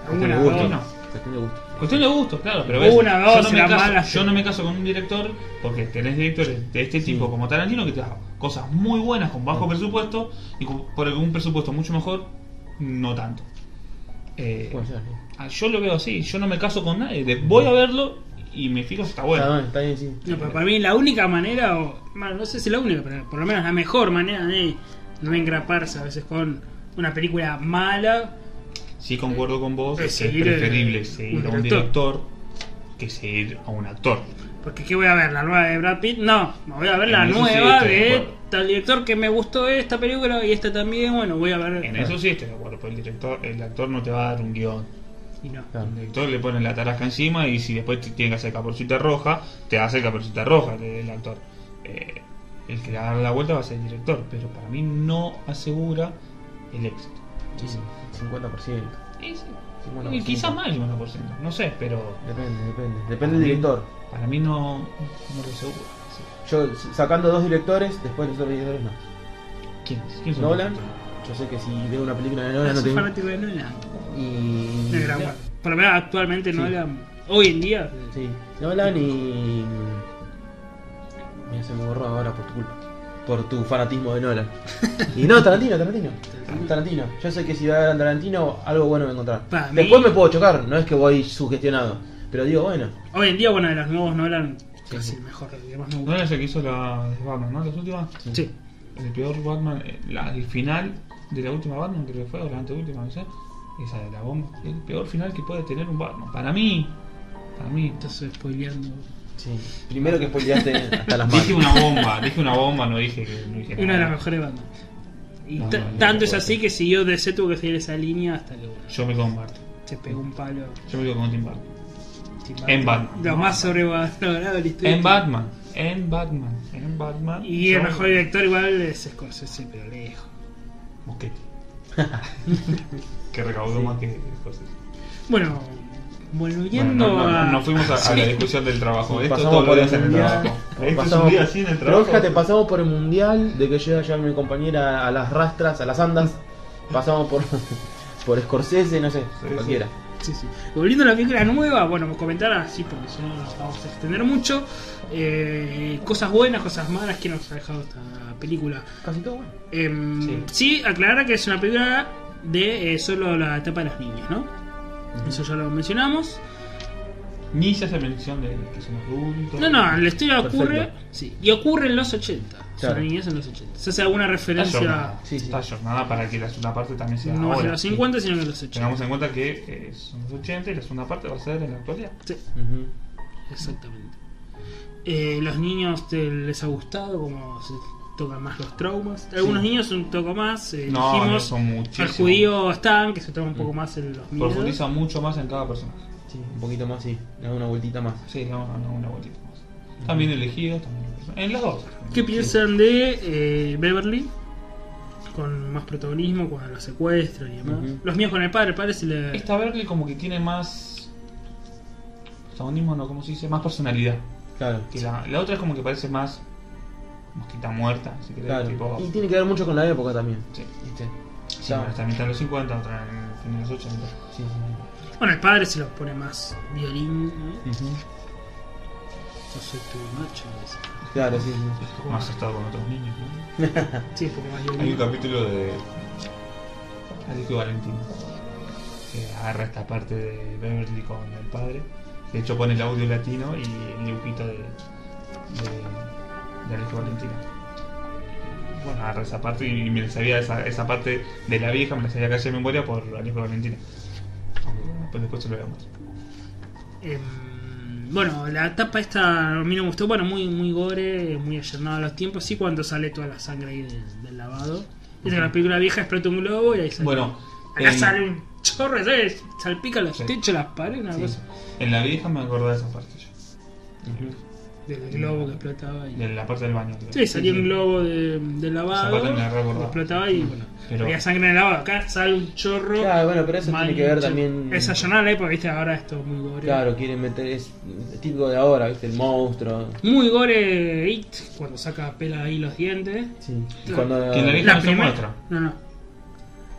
Cuestión de
Algunas
gusto.
dos.
no.
Cuestión de gusto.
Cuestión de gustos, claro, pero
Una, dos,
yo, no me
será
caso,
mala,
yo
sí.
no me caso con un director porque tenés directores de este tipo como Tarantino que te da cosas muy buenas con bajo
Sí.
presupuesto y con- por algún presupuesto mucho mejor, no tanto. Eh,
Puede ser, sí.
Ah, Yo lo veo así, yo no me caso con nadie. de- voy a verlo y me fijo si está bueno.
Está bien, está bien, sí.
No, pero para mí la única manera, o bueno, no sé si la única, pero por lo menos la mejor manera de no engraparse a veces con una película mala
Sí concuerdo con vos,
Es
es
seguir el-
preferible
un
seguir a un
director.
director que seguir a un actor.
Porque ¿qué voy a ver? ¿La nueva de Brad Pitt? No, me voy a ver
En
la
eso sí este,
nueva
estoy de
de
acuerdo.
tal director que me gustó esta película y esta también, bueno, voy a ver...
En eso sí estoy de acuerdo, pero el director, el actor no te va a dar un guión.
Y no.
Claro.
El director le pone la tarasca encima y si después te tiene que hacer caporcita roja, te hace caporcita roja el, el actor. Eh, el que le va a dar la vuelta va a ser el director, pero para mí no asegura el éxito.
Sí, sí. 50%.
Y sí,
Bueno,
y quizás
sí.
más del 1%, no sé, pero
Depende, depende. Depende del director.
Para mí no, no lo seguro.
Yo sacando dos directores, después los otros directores no.
¿Quién? ¿Quién son?
Nolan, yo sé que si veo una película de Nolan no
Soy
tengo.
fanático de Nolan.
Y.
Mm.
De Gran Guardia. Por lo menos actualmente Nolan, hoy en día,
Sí, Nolan y. Mira, se me borró ahora por tu culpa. Por tu fanatismo de Nolan. Y no, Tarantino, Tarantino.
Tarantino.
Tarantino. Yo sé que si va a ver Tarantino, algo bueno voy a encontrar.
Para mí-
Después me puedo chocar, no es que voy sugestionado. Pero digo, bueno.
hoy en día, bueno, de los nuevos Nolan, casi
sí.
el mejor, el que más me
Nolan
gusta.
es el que hizo la de Batman, ¿no? Las últimas.
Sí.
El peor Batman, eh, la- el final de la última Batman, creo que fue, o la anteúltima, no sé. Esa de la bomba. El peor final que puede tener un Batman. Para mí. Para mí.
Estás spoileando.
sí. Primero que spoileaste hasta las manos.
Dije una bomba, dije una bomba, no dije que no dije
Una de
nada.
las mejores bandas. Y
No,
ta-
no, no,
tanto
no,
es
no,
así
no.
que siguió DC, tuvo que seguir esa línea hasta que bueno,
Yo me quedo con Bart.
se pegó un palo.
Yo me quedo con Tim Burton. En
Tim Burton.
Batman.
Lo más sobrevalorado de la historia.
En Batman. En Batman. En Batman.
Y
Yo-
el mejor director igual es Scorsese, pero lejos.
Mosquete. que recaudó más que cosas.
Bueno, volviendo
Bueno, no, no,
a...
no, no fuimos a, a la discusión del trabajo. Esto
Pasamos
todo lo
por
días en
el
el
mundial.
trabajo. Esto es
Pasamos
un día
por-
así en el
Pero
trabajo.
fíjate, pasamos por el mundial, de que llega ya mi compañera a las rastras, a las andas. Pasamos por, por Scorsese, no sé,
sí.
cualquiera.
Sí, sí. Volviendo a la película nueva, bueno, comentar así porque si no nos vamos a extender mucho. eh, cosas buenas, cosas malas que nos ha dejado esta película.
Casi todo bueno.
Em,
Sí.
sí. aclarar que es una película de eh, solo la etapa de las niñas, ¿no? Eso ya lo mencionamos.
Ni se hace mención de que somos adultos.
No, no, la historia
Perfecto.
ocurre. Sí, y ocurre en los 80.
Claro.
Son niñas en los 80. Se hace alguna
Está
referencia
jornada.
Sí, sí.
Está jornada para que la segunda parte también sea
no va a ser
ahora.
los 50, sino que en los 80.
Tengamos en cuenta que eh, son los 80 y la segunda parte va a ser en la actualidad.
Sí.
Ujú.
exactamente. Eh, los niños te- les ha gustado como se tocan más los traumas. Algunos
Sí.
niños un poco más. eh,
No, no
dijimos,
son muchísimos. Mm.
el judío Stan, que se toma un poco más en los miedos.
Profundiza mucho más en cada personaje.
Sí, un poquito más, sí. Le da una vueltita más.
Sí, le vamos dando una vueltita más. Están bien elegidos, están bien personajes. En las dos.
¿Qué piensan de eh, Beverly? Con más protagonismo, cuando lo secuestran y demás.
Ujú.
Los míos con el padre, el padre se le.
Esta Berkeley como que tiene más. Protagonismo, no, ¿cómo se dice? Más personalidad.
Claro.
Que la, la otra es como que parece más. Mosquita muerta, si querés.
Claro.
Tipo,
Y tiene que ver mucho con la época también.
sí.
¿Viste?
Sí, una está a mitad de los 50, otra en fin de los 80.
Sí, sí.
Bueno, el padre se lo pone más violín. ¿no?
Ujú.
Yo soy tu macho. me dice.
Claro, sí, sí.
Más estado con otros niños, ¿no?
Sí, un poco más
Hay un
violín.
capítulo de.
Alejio Valentino. Que agarra esta parte de Beverly con el padre. De hecho pone el audio latino y el dibujito de, de, de Alejio Valentino. Bueno, agarra esa parte y me la sabía esa, esa parte de la vieja, me la sabía casi de memoria por Alejio Valentino. Pues después se lo vemos.
Em, bueno, la etapa esta a mí no me gustó. Bueno, muy, muy gore, muy allanado a los tiempos. Sí, cuando sale toda la sangre ahí del, del lavado. Esa es la película vieja, explota un globo y ahí sale.
Bueno,
Acá
en-
sale un chorro, ¿sabes? salpica los
Sí.
techos, las paredes, una
sí.
cosa.
en la vieja me acordaba de esa parte yo.
Del globo que explotaba. Y...
De la parte del baño. creo.
Sí, salía un globo de, de lavado.
Zapato en la red, ¿verdad?
explotaba y bueno.
Pero-
Había sangre en el lavado. Acá sale un chorro.
Claro, bueno, pero eso
mal
tiene que ver
hecho.
también.
Es allanada la época, viste, ahora esto es muy gore.
Claro, quieren meter. Es típico de ahora, ¿viste? El monstruo.
Muy gore It, cuando saca pela ahí los dientes.
Sí. Y
Claro.
Cuando.
Que en la vieja no se
primera-
muestra.
No, no.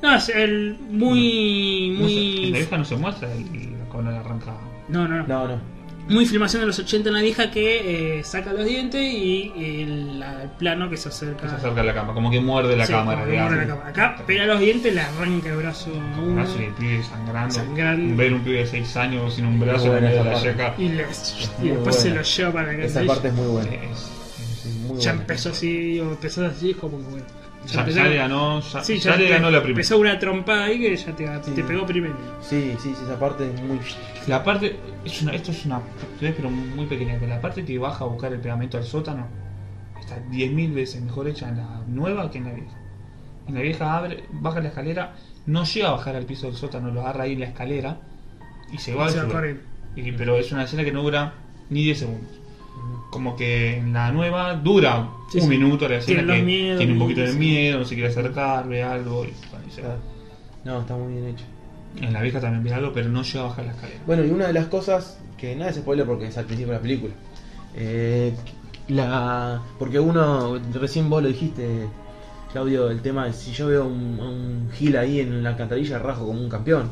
No, es el muy.
No se- en la
muy.
vieja no se muestra el, cuando le arranca.
No, no, no.
No, no.
Muy filmación de los 80 en la vieja que eh, saca los dientes y eh, el, la- el plano que se acerca.
Que se acerca a la cámara, como que muerde la
Ah. Sí,
cámara.
como que muerde la
digamos.
cámara. Acá pega los dientes, le arranca el brazo a
Un
uno
brazo y el pibe sangrando.
Sangrando.
Ver un pibe de 6 años sin un
Muy
brazo en
buena
medio de la
esa
yeca.
y, le- y
muy
después se
buena.
lo lleva para el
Esa
gatillo.
parte es muy buena.
Es- es-
Muy
Ya
buena.
empezó así, o empezó así, como que bueno.
Ya,
empezó-
ya le ganó, ya,
sí,
ya le
te-
ganó la primera.
Empezó una trompada ahí que ya te,
Sí.
te pegó primero.
Sí, sí, sí, esa parte es muy.
La parte, es una, esto es una estupidez, pero muy pequeña, pero la parte que baja a buscar el pegamento al sótano está 10.000 veces mejor hecha en la nueva que en la vieja. En la vieja abre, baja la escalera, no llega a bajar al piso del sótano, lo agarra ahí en la escalera y se va
Y
al
se va
sube.
corriendo.
Y- Pero es una escena que no dura ni 10 segundos.
Mm.
Como que en la nueva dura
Sí,
un
sí.
minuto la escena
Tiene los
que
miedos,
tiene un poquito de
sí.
miedo, no se quiere acercar, ve algo y, bueno, y se va.
Claro. No, está muy bien hecho.
En la vieja también ve algo, pero no llega a bajar la escalera.
Bueno, y una de las cosas que nada es spoiler porque es al principio de la película. Eh, la porque uno recién vos lo dijiste, Claudio, el tema de si yo veo un, un gil ahí en la alcantarilla rajo como un campeón.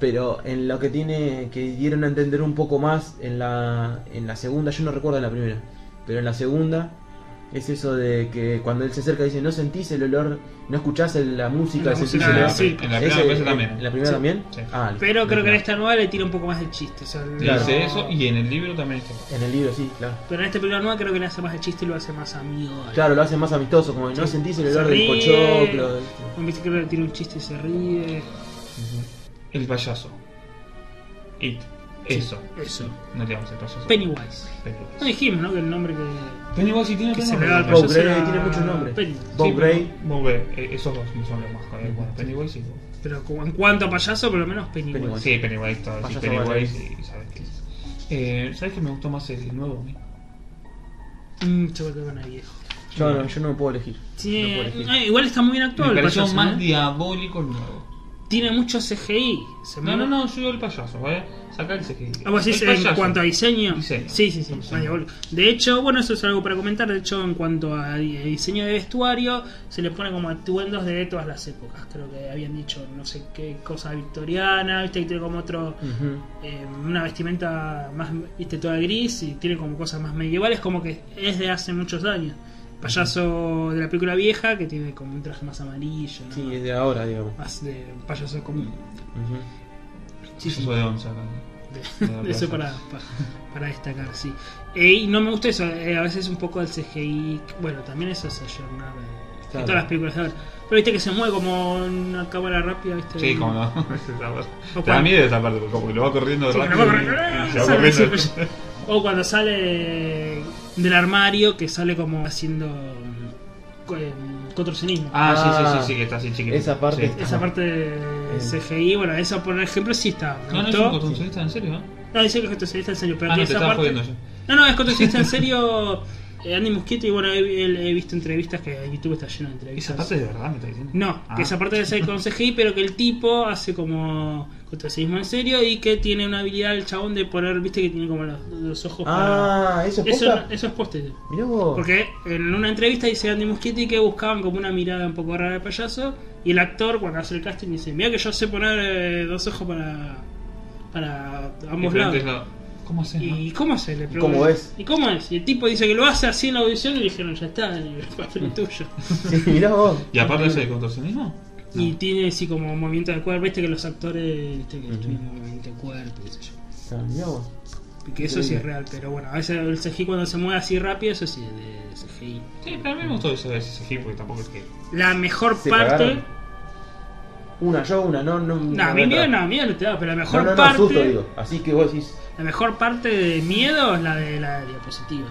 Pero en lo que tiene que dieron a entender un poco más en la en la segunda, yo no recuerdo en la primera, pero en la segunda es eso de que cuando él se acerca dice no sentís el olor, no escuchás el- la música,
La
sentís
música,
el olor".
sí.
En la primera
Ese-
vez también.
¿En la primera
Sí.
también?
Sí.
Ah,
Pero creo que
en
en este esta nueva le tira un poco más de chiste. o sea,
Le
Claro.
hace eso y en el libro también está.
En el libro, sí, claro.
Pero en esta película nueva creo que le hace más de chiste y lo hace más amigo. al-
Claro, lo hacen más amistoso, como que no
Sí.
sentís el
Se
olor del
ríe.
pochoclo.
En vez de que le tira un chiste y se ríe.
El payaso. It. Eso.
Eso.
No le damos el payaso.
Pennywise.
Pennywise.
No dijimos, ¿no? Que el nombre que,
Pennywise sí tiene
que
otro
se le
nombre.
da al
Bob
payaso
Gray
era
tiene muchos nombres.
Pennywise.
Bob
Sí,
Gray.
pero- Bob Gray. eh, Esos dos son los más eh, Bueno, Pennywise y.
Pero como, en cuanto a payaso, por lo menos Pennywise.
Pennywise.
Sí, Pennywise todo. Sí,
Payaso
Pennywise y sabes qué es. Eh, ¿Sabes qué me gustó más el nuevo? a mí?
Mm, yo creo que van a viejo.
Yo no, yo no puedo elegir.
Sí,
No puedo elegir.
eh, igual está muy bien
Me
actuado el
pareció
payaso.
más
¿no?
diabólico el nuevo.
Tiene mucho CGI. Se
No,
me-
no, no, yo digo el payaso, eh. Saca el CGI.
Ah, vos decís
El
en
payaso.
cuanto a diseño.
Diseño.
Sí, sí, sí.
Diseño.
más diabólico. De hecho, bueno, eso es algo para comentar. De hecho, en cuanto a di- eh, diseño de vestuario, se le pone como atuendos de todas las épocas. Creo que habían dicho no sé qué cosa victoriana, viste, que tiene como otro. eh, una vestimenta más, viste, toda gris y tiene como cosas más medievales, como que es de hace muchos años. Payaso de la película vieja que tiene como un traje más amarillo, ¿no?
Sí, es de ahora, digamos.
más de un payaso común.
Ujú.
Sí, sí.
Payaso de onza, acá.
De-
Nada,
de eso para,
gracias.
pa- para destacar, sí. Eh, y no me gusta eso, eh, a veces un poco el CGI. Bueno, también eso es ayornar eh, de
Claro.
todas las películas de ahora. Pero viste que se mueve como una cámara rápida, viste.
Sí, como no.
O
Esa parte. Te da
cuando-
miedo esa parte, porque como que lo va corriendo
Sí,
rápido.
que lo va
y-
corriendo. Ah,
y se va corriendo.
O cuando sale del armario, que sale como haciendo eh, contorsionismo.
Ah, sí,
Ah.
sí, sí, sí, que está así chiquito.
Esa parte.
Sí.
Esa parte
Eh.
de CGI, bueno, esa por ejemplo sí está. Me
Ah, No, no, es
gustó.
un contorsionista, en serio, ¿eh? ¿no?
No, dice que es contorsionista en serio, pero
Ah,
que
no, te
esa
estaba
parte...
jodiendo yo.
No, no, es contorsionista en serio eh, Andy Muschietti y bueno, he, he- he visto entrevistas que en YouTube está lleno de entrevistas.
Esa parte de verdad me está diciendo.
No,
Ah.
que esa parte de ser con CGI, pero que el tipo hace como contorsionismo en serio y que tiene una habilidad el chabón de poner, viste que tiene como los, los ojos
Ah, eso
para...
es
Eso,
posta.
eso es poste.
Mirá vos.
Porque en una entrevista dice Andy Muschietti que buscaban como una mirada un poco rara de payaso y el actor cuando hace el casting dice, mira que yo sé poner eh, dos ojos para, para ambos lados.
Diferentes lados. ¿Cómo haces, no?
¿Y cómo se le
¿Y cómo
pregunta?
es?
¿Y cómo es? Y el tipo dice que lo hace así en la audición y le dijeron, ya está, el papel es tuyo.
Sí, mirá vos.
¿Y aparte ese de contorsionismo? No.
Y tiene así como movimiento de cuerpo, viste que los actores viste que
Ujú.
tienen movimiento de cuerpo, qué sé yo.
Ah, mirá vos.
Y que eso sí es real, pero bueno, a veces el CGI cuando se mueve así rápido, eso sí es de CGI.
Sí, pero a mí me gustó ese, ese CGI porque tampoco es que.
La mejor
¿Se
parte...
cagaron? Una yo, una no. No,
No, a mí
me
miedo
entra.
no, miedo no te da, pero la mejor
No, no, no,
parte...
susto digo. Así que vos decís.
La mejor parte de miedo es la de la diapositiva,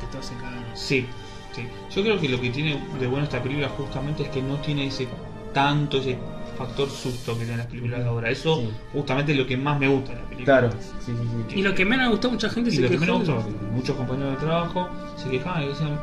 que todos se cagaron.
Sí, sí. Yo creo que lo que tiene de bueno esta película justamente es que no tiene ese tanto ese factor susto que tienen las películas de ahora. Eso
Sí.
justamente es lo que más me gusta de la película.
Claro. Sí, sí, sí.
Y lo que menos le gustó a mucha gente
Y
se
lo que
quejó
menos me
de-
gustó, muchos compañeros de trabajo se quejaban y decían,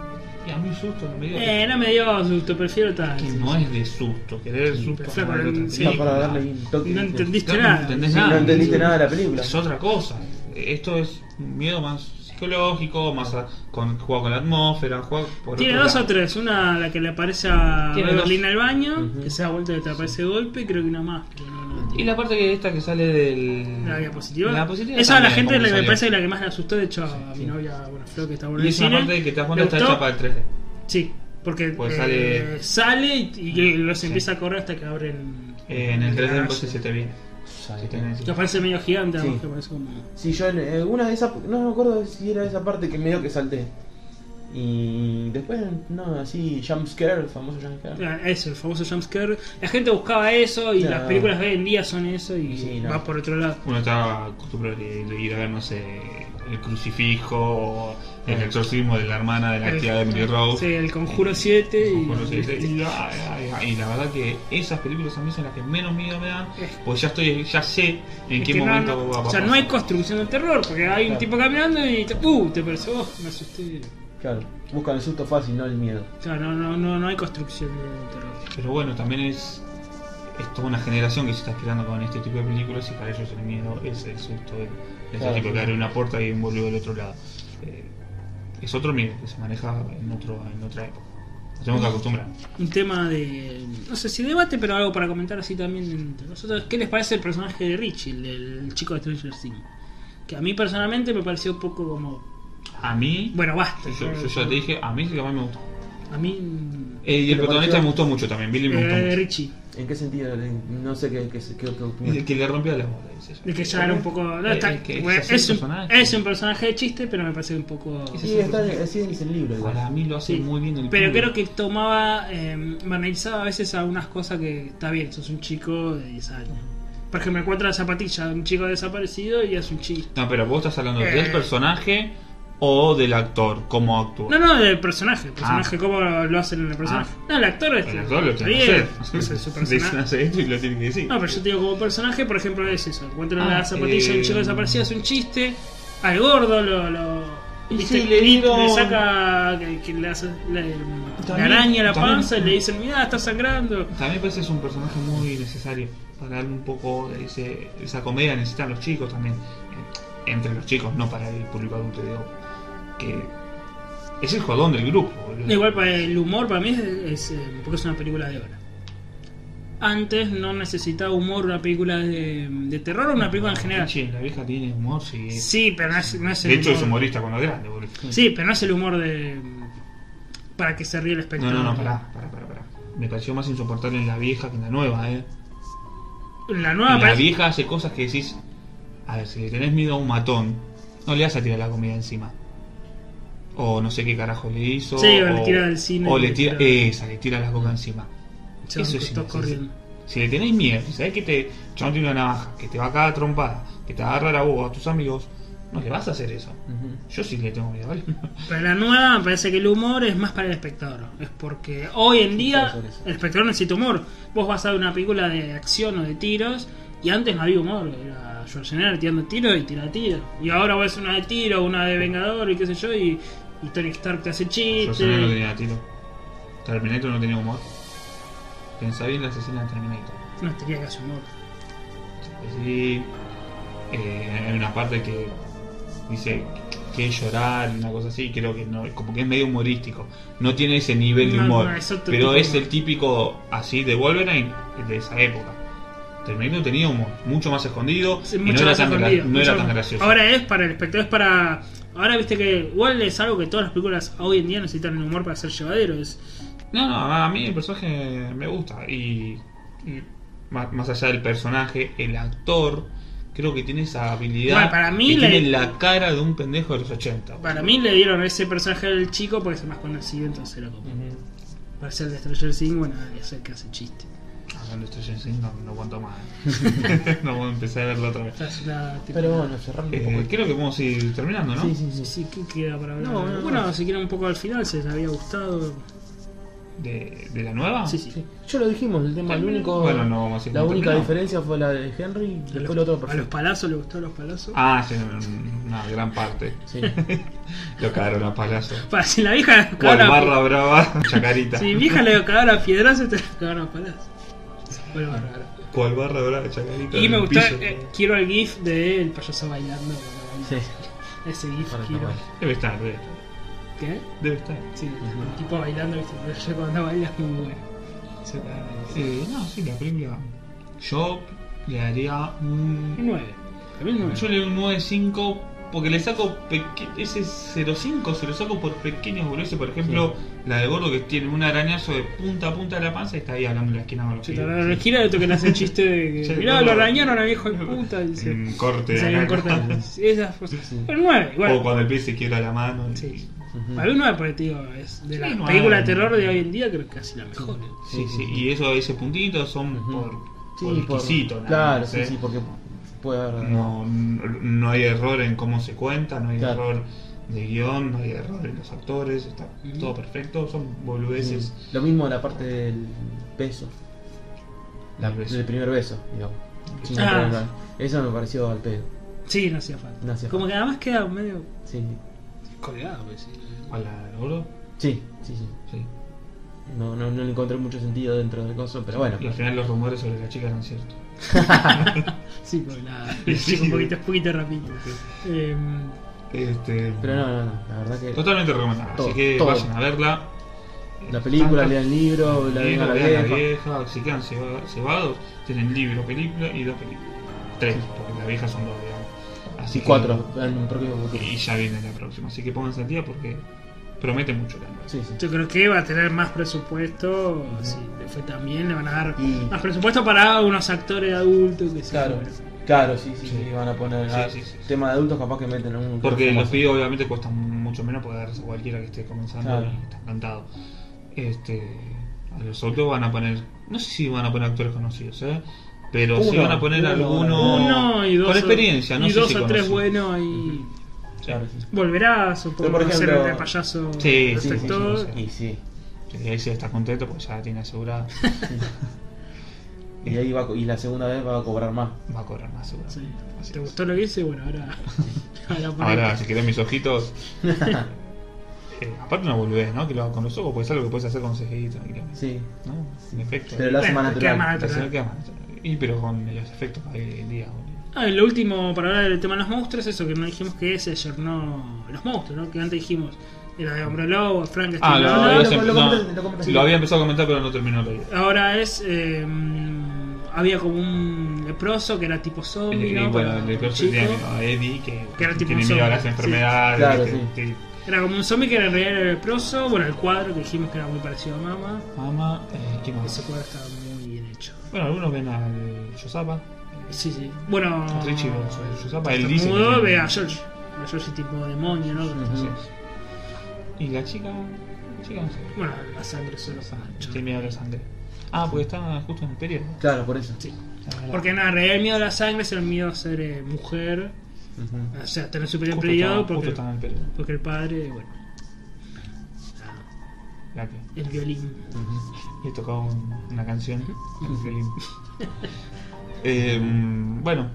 y a mí susto no me dio.
Eh, no me dio susto, prefiero tal.
que no es de susto, querer el susto. para
pero flaco,
ver otra
no- sí.
Está
película.
para darle ahí un toque.
No entendiste
Claro,
nada.
no entendés
Sí,
nada.
No entendiste nada de la película.
Es otra cosa. Esto es un miedo más psicológico, más a- con, juega con la atmósfera, juega por
Tiene
otro
dos o
lado.
tres. Una la que le aparece a
Tiene
Berlín
dos.
al baño,
Ujú.
que se da vuelta y te aparece de golpe, y creo que una más. pero no, no,
Y
tiene.
la parte que esta que sale del...
La diapositiva.
La diapositiva
Esa a la
también,
gente
como
le,
que
me
salió.
parece que la que más le asustó. De hecho, a mi novia, bueno, Flo, que está bueno
Y
en
es una
cine,
parte que te das
¿le
cuenta está
gustó?
hecha para el 3D.
Sí, porque
Pues
eh,
sale-
sale y y los
Sí.
empieza a correr hasta que abren.
Eh, en el 3D
la
entonces se te viene. Se te viene.
Que aparece medio gigante,
Sí.
además, que parece como.
Sí, yo en eh, una de esas. No me acuerdo si era esa parte que medio que salté. Y después, no, así, jumpscare, el famoso jumpscare.
Ah, Eso, el famoso jumpscare. La gente buscaba eso y
No.
las películas de hoy en día son eso y
Sí, no.
va por otro lado.
Uno estaba acostumbrado de, de ir a ver, no sé, el crucifijo, o el exorcismo de la hermana de la
El-
actividad de Emily Rose.
Sí, el Conjuro 7 y-
Conjuro siete. Y, ay, ay, ay, y la verdad que esas películas a mí son las que menos miedo me dan, porque ya estoy, ya sé en
Es
qué
que no,
momento va
no,
a
O sea,
pasar.
no hay construcción de terror, porque hay un
Claro.
tipo caminando y te, uh, te parece, oh, me asusté.
Claro, buscan el susto fácil, no el miedo.
O sea, no, no, no, no hay construcción de terror.
Pero bueno, también es, es toda una generación que se está esperando con este tipo de películas y para ellos el miedo es el susto de, de ese
Claro,
tipo
sí.
que abre una puerta y un boludo del otro lado. Eh, es otro miedo que se maneja en, otro, en otra época. Nos tenemos que acostumbrar.
Un tema de. No sé si debate, pero algo para comentar así también entre nosotros. ¿Qué les parece el personaje de Richie, el, del chico de Stranger Things? Que a mí personalmente me pareció un poco como.
A mí,
Bueno, basta.
yo,
ya-
yo ya te dije, a mí es el que más me gustó.
A mí. mm,
Eh, y el
¿Te
protagonista
pareció?
me gustó mucho también, Billy me gustó
eh,
mucho.
Richie.
¿En qué sentido? Eh, No sé qué, qué, qué, qué
Y el
opinión.
que le rompía las bolas, dice yo.
De que ya era un poco. no,
Eh,
está-
es que es
bueno,
así
es,
el
un,
personaje.
es un personaje de chiste, pero me parece un poco.
Ese
Sí, está, así es el libro. igual.
Para mí lo hace
Sí.
muy bien el
Pero
pibe.
creo que tomaba. Eh, banalizaba a veces algunas cosas que está bien, sos un chico de 10 años. Por ejemplo, encuentra la zapatilla de un chico desaparecido y hace un chiste.
No, pero vos estás hablando
Eh.
del personaje o del actor, cómo actúa.
No, no, del personaje. El personaje, ¿cómo lo hacen en el personaje?
Ah.
No, el actor es.
El actor lo tiene que
está
hacer.
bien, ese es su
Dicen
personaje.
hace esto y lo tiene que decir.
No, pero yo te digo, como personaje, por ejemplo, es eso. Encuentra
Ah,
la zapatilla de un chico
eh,
desaparecido, hace un chiste. Al gordo lo. lo
Y
viste,
sí, le
y
dieron-
le saca. Que, que le, hace, le- le araña la
también-
panza y le dicen, mirá, está sangrando.
También me parece que es un personaje muy necesario para darle un poco de ese- esa comedia. Necesitan los chicos también. Eh, Entre los chicos, no para el público adulto. Digo, que es el jodón del grupo. boludo.
Igual para el humor para mí es, es, eh, porque es una película de ahora. Antes no necesitaba humor una película de, de terror o una película en general.
Che, la vieja tiene humor, sí.
Sí, pero no es, no es el
de hecho,
humor.
es humorista cuando es grande, boludo.
Sí, pero no es el humor de para que se ríe el
No,
espectador.
no, no, pará, pará, pará, pará. Me pareció más insoportable en la vieja que en la nueva, eh.
La
En
nueva
la
Ah, parece-
vieja hace cosas que decís. A ver, si le tenés miedo a un matón, no le vas a tirar la comida encima. O no sé qué carajo le hizo.
Sí, o le tira del cine
O
y
le
le
tira.
tira-
Esa, le tira la coca encima.
Chabón,
eso
que
es
todos
innecesario.
corriendo.
Si le tenés miedo, si sabés que te. Chabón tiene una navaja, que te va a cagar a trompada, que te agarra la boca a tus amigos, No le vas a hacer eso.
Ujú.
Yo sí le tengo miedo, ¿vale?
Pero la nueva me parece que el humor es más para el espectador. Es porque hoy en día
puede ser eso.
el espectador necesita humor. Vos vas a ver una película de acción o de tiros y antes no había humor. Era Schwarzenegger tirando tiros y tira tiros. Y ahora vos ves una de tiro, una de Vengador y qué sé yo y, y Tony Stark te hace
Schwarzenegger no
chistes.
tenía tiro. Terminator no tenía humor. Pensá bien la asesina de Terminator.
No tenía casi humor.
Pues Sí. Eh, hay una parte que dice que llorar, una cosa así, creo que no, como que es medio humorístico. No tiene ese nivel de
No,
humor,
no, es otro tipo
pero
de
es
humor.
el típico así de Wolverine de esa época. Terminator tenía humor, mucho más escondido
Sí,
y no
mucho
era,
más
tan, gra-
escondido,
no
mucho
era
más-
tan gracioso.
Ahora es para el espectador, es para. Ahora viste que igual es algo que todas las películas hoy en día necesitan el humor para ser llevaderos.
No, no, a mí el personaje me gusta y, y más, más allá del personaje, el actor creo que tiene esa habilidad
Bueno, para mí
que
la-
tiene la cara de un pendejo de los 80.
Para mí le dieron ese personaje al chico porque es el más conocido, entonces lo compré.
Ujú.
Para ser de Stranger Things, bueno, es el que hace chiste.
Hablando de Stranger Things, Ah, no, no aguanto más. no voy a empezar a verlo otra vez.
Esta es una tipo-
Pero bueno, cerrando un poco.
Eh,
el-
creo que podemos ir terminando, ¿no?
Sí, sí, sí.
Sí, sí, ¿qué queda para hablar?
No, no, no.
bueno, si quieren un poco al final, si les había gustado.
¿De, de la
Ah,
nueva?
Sí, sí.
Ya lo dijimos, el tema, el único.
Bueno, no vamos a ir
la
con
única
terminado.
diferencia fue la de Henry y
A
después el
los,
otro
a los
perfecto.
palazos, ¿le gustó a los palazos?
Ah, sí, un- una gran parte.
Sí.
Lo cagaron a palazo.
Para si la vieja le
Cual
cagaron a
barra brava, chacarita.
pi- Si vieja le cagaron a piedrazo, te la cagaron a palazos. Bueno, bárbaro.
Cual barra brava, chacarita.
Y
en
me
el
gustó,
piso.
eh, quiero el GIF del payaso bailando. cuando baila.
Sí.
Ese GIF
Para
quiero.
Nahuel.
Debe estar, debe estar.
¿Qué?
Debe estar.
Sí, el tipo bailando, ¿viste? Pero yo cuando baila es muy bueno.
Eh, no, sí, la película. Yo le daría un.
9. También 9.
Yo le doy un 9.5 porque le saco peque- ese 0.5, se lo saco por pequeños boludeces. Por ejemplo, la de gordo que tiene un arañazo de punta a punta de la panza y está ahí hablando en la esquina con los
Se
pibes.
tardaron el gira de otro que le hace el chiste de
Sí,
que. Mirá,
no,
lo
no.
arañaron a viejo de puta. Dice.
Un corte
Y se
de
habían
acá.
cortado. Esas cosas.
Sí.
Pero 9,
O
igual.
cuando el pie se quiebra la mano. y-
Sí.
Ujú.
Para mí 9 porque te digo, es de
Sí,
las
nueve.
películas de terror de hoy en día, creo que casi la mejor.
Sí, sí, Y eso, ese puntito son
Ujú.
por,
Sí,
por
por-
exquisito. nada
Claro,
más,
sí,
¿eh?
sí, porque puede haber.
No, no hay error en cómo se cuenta, no hay
Claro.
error de guión, no hay error en los actores, está
Ujú.
todo perfecto, son
Sí.
boludeces.
Lo mismo la parte del beso. La-
El beso.
Del primer beso, digamos. Sin
Ah.
entrar en- Eso me pareció al pedo.
Sí, no hacía falta.
No hacía
Como que
falta.
además queda medio
Sí,
colgado, pues sí.
¿A la de gordo?
sí, sí. sí.
Sí.
No, no, no le encontré mucho sentido dentro del coso, pero bueno.
Y al final los rumores sobre la chica eran ciertos.
Sí, porque la.
Sí,
sí,
sí.
un poquito, un poquito rapidito. Em,
Este,
Pero no, no, no, la verdad que.
Totalmente recomendable.
Todo,
así que
todo.
vayan a verla.
La película,
Tantas-
lean el libro, la
lean
venga la
lean
vieja.
Si quedan ceba- cebados, tienen libro, película y dos películas. Tres, porque la vieja son dos, digamos. Así
Y
que-
cuatro, en un propio futuro.
Y ya viene la próxima. Así que pónganse al día porque promete mucho la nueva.
Sí, sí.
Yo creo que va a tener más presupuesto. Si le fue tan bien, le van a dar
Y-
más presupuesto para unos actores adultos. Que sí,
Claro,
bueno.
claro, sí, sí,
Sí.
sí, van a poner
Sí,
ah,
sí, sí, sí.
tema de adultos, capaz que meten algún.
Porque
famoso.
los pibes obviamente cuestan mucho menos porque darse a cualquiera que esté comenzando
Claro.
y está encantado. Este, a los otros van a poner, no sé si van a poner actores conocidos, ¿eh? pero sí
Uno,
van a poner
uno,
alguno
Uno y dos.
con
o-
experiencia, no
y
sé
dos
si
o tres
conocido.
buenos y.
Ujú.
Claro, sí.
Volverás, supongo,
por
por ejemplo,
ejemplo-
ser el payaso
Sí,
Sí, sí, sí,
protector.
sí, sí.
Y sí.
Y ahí sí está contento porque ya la tiene asegurada,
Y ahí va, a co- y la segunda vez va a cobrar más.
va a cobrar más seguro.
Sí.
Así
¿Te
es.
gustó lo que hice? Bueno, ahora. ahora por ahí.
Ahora, si querés mis ojitos, eh, aparte no volvés, ¿no? Que lo hagas con los ojos, porque es algo que puedes hacer con CGI tranquilamente.
Sí.
¿no? Sin efecto.
Pero lo hace
Bueno,
más
queda
natural.
más
Así
natural.
no queda más. Y pero con los efectos que hay hoy en día, boludo.
Ah, y lo último para hablar del tema de los monstruos, eso que no dijimos que se ayornó los monstruos, ¿no? Que antes dijimos era de Hombre Lobo, Frankenstein.
Ah,
bla,
lo,
bla,
no,
lo-
bla.
lo-
se-
lo
no,
comenté- lo comenté.
lo había empezado a comentar, pero no terminó la idea.
Ahora es. eh, había como un leproso que era tipo zombie,
Y,
¿no?
bueno,
Para-
le
para
corté
chico.
a Eddie que,
Que era tipo
tiene
un
miedo a las
zombie, sí.
enfermedades.
Claro,
que-
sí.
que-
Era como un zombie que era en realidad era leproso. Bueno, el cuadro que dijimos que era muy parecido a Mama.
Mamá, eh, ¿qué más?
Ese cuadro estaba muy bien hecho.
Bueno, algunos ven al Yosapa.
Sí, sí. Bueno.
Richie ve a Yosapa, él dice. que
Mudo
tiene-
ve a George. A George tipo demonio, ¿no?
Sí.
Ujú.
Y la chica, la chica no sé.
Bueno, la sangre solo para
Tiene
George.
miedo a la sangre. Ah, porque está justo en el periodo.
Claro, por eso.
Sí.
La verdad.
Porque nada, en realidad el miedo a la sangre es el miedo a ser eh, mujer
Ujú.
O sea, tener super
Justo
empleado
estaba- justo
porque,
estaba en el periodo.
porque el padre, bueno.
La que-
El violín.
Ujú.
Le tocaba un- una canción. al violín. Eh, mm, bueno,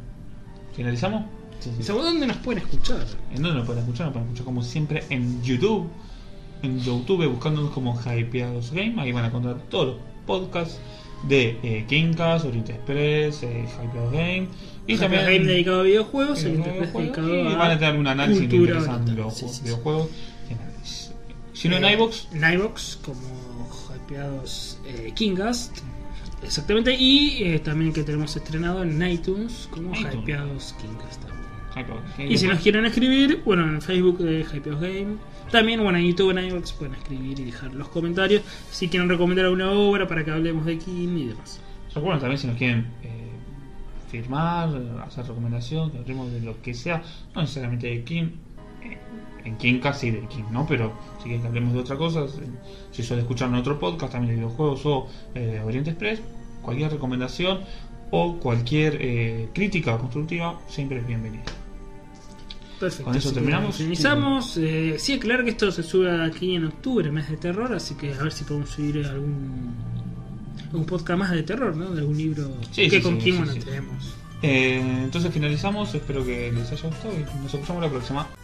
¿finalizamos?
Sí, sí.
¿Según dónde nos pueden escuchar?
¿En dónde nos pueden escuchar? Nos pueden escuchar como siempre en YouTube. En YouTube, buscándonos como Hypeados Game. Ahí van a encontrar todos los podcasts de eh, Kinkas, Oriente Express, eh, Hypeados Game. Y también
game dedicado a videojuegos,
en
el
los
Internet
videojuegos,
dedicado
y
a
van a tener un análisis
cultura
interesante de
oriental.
los
Sí, sí, sí.
videojuegos. Y análisis. Si no en
Eh,
iVoox,
En iVox, como hypeados eh, Kingast. Exactamente, y eh, también que tenemos estrenado en iTunes como
iTunes.
hypeados Kingast. también.
Hypeados Game.
Y si nos quieren escribir, bueno, en Facebook de Hypeados Game. También, bueno, en YouTube, en iVox pueden escribir y dejar los comentarios. Si quieren recomendar alguna obra para que hablemos de King y demás.
Recuerden también si nos quieren eh, firmar, hacer recomendación, que hablemos de lo que sea, no necesariamente de Kim, eh, en Kim casi de Kim, ¿no? Pero si quieren que hablemos de otra cosa, si- si suelen escuchar en otro podcast, también de videojuegos o eh, Oriente Express, cualquier recomendación o cualquier eh, crítica constructiva siempre es bienvenida.
Perfecto.
Con eso
así que
terminamos.
Finalizamos. Eh, sí, claro que esto se sube aquí en octubre, mes de terror, así que a ver si podemos subir algún, algún podcast más de terror, ¿no? De algún libro
Sí,
que
sí,
con
sí,
King
sí,
bueno,
sí.
tenemos.
Eh, entonces finalizamos, espero que les haya gustado y nos escuchamos la próxima.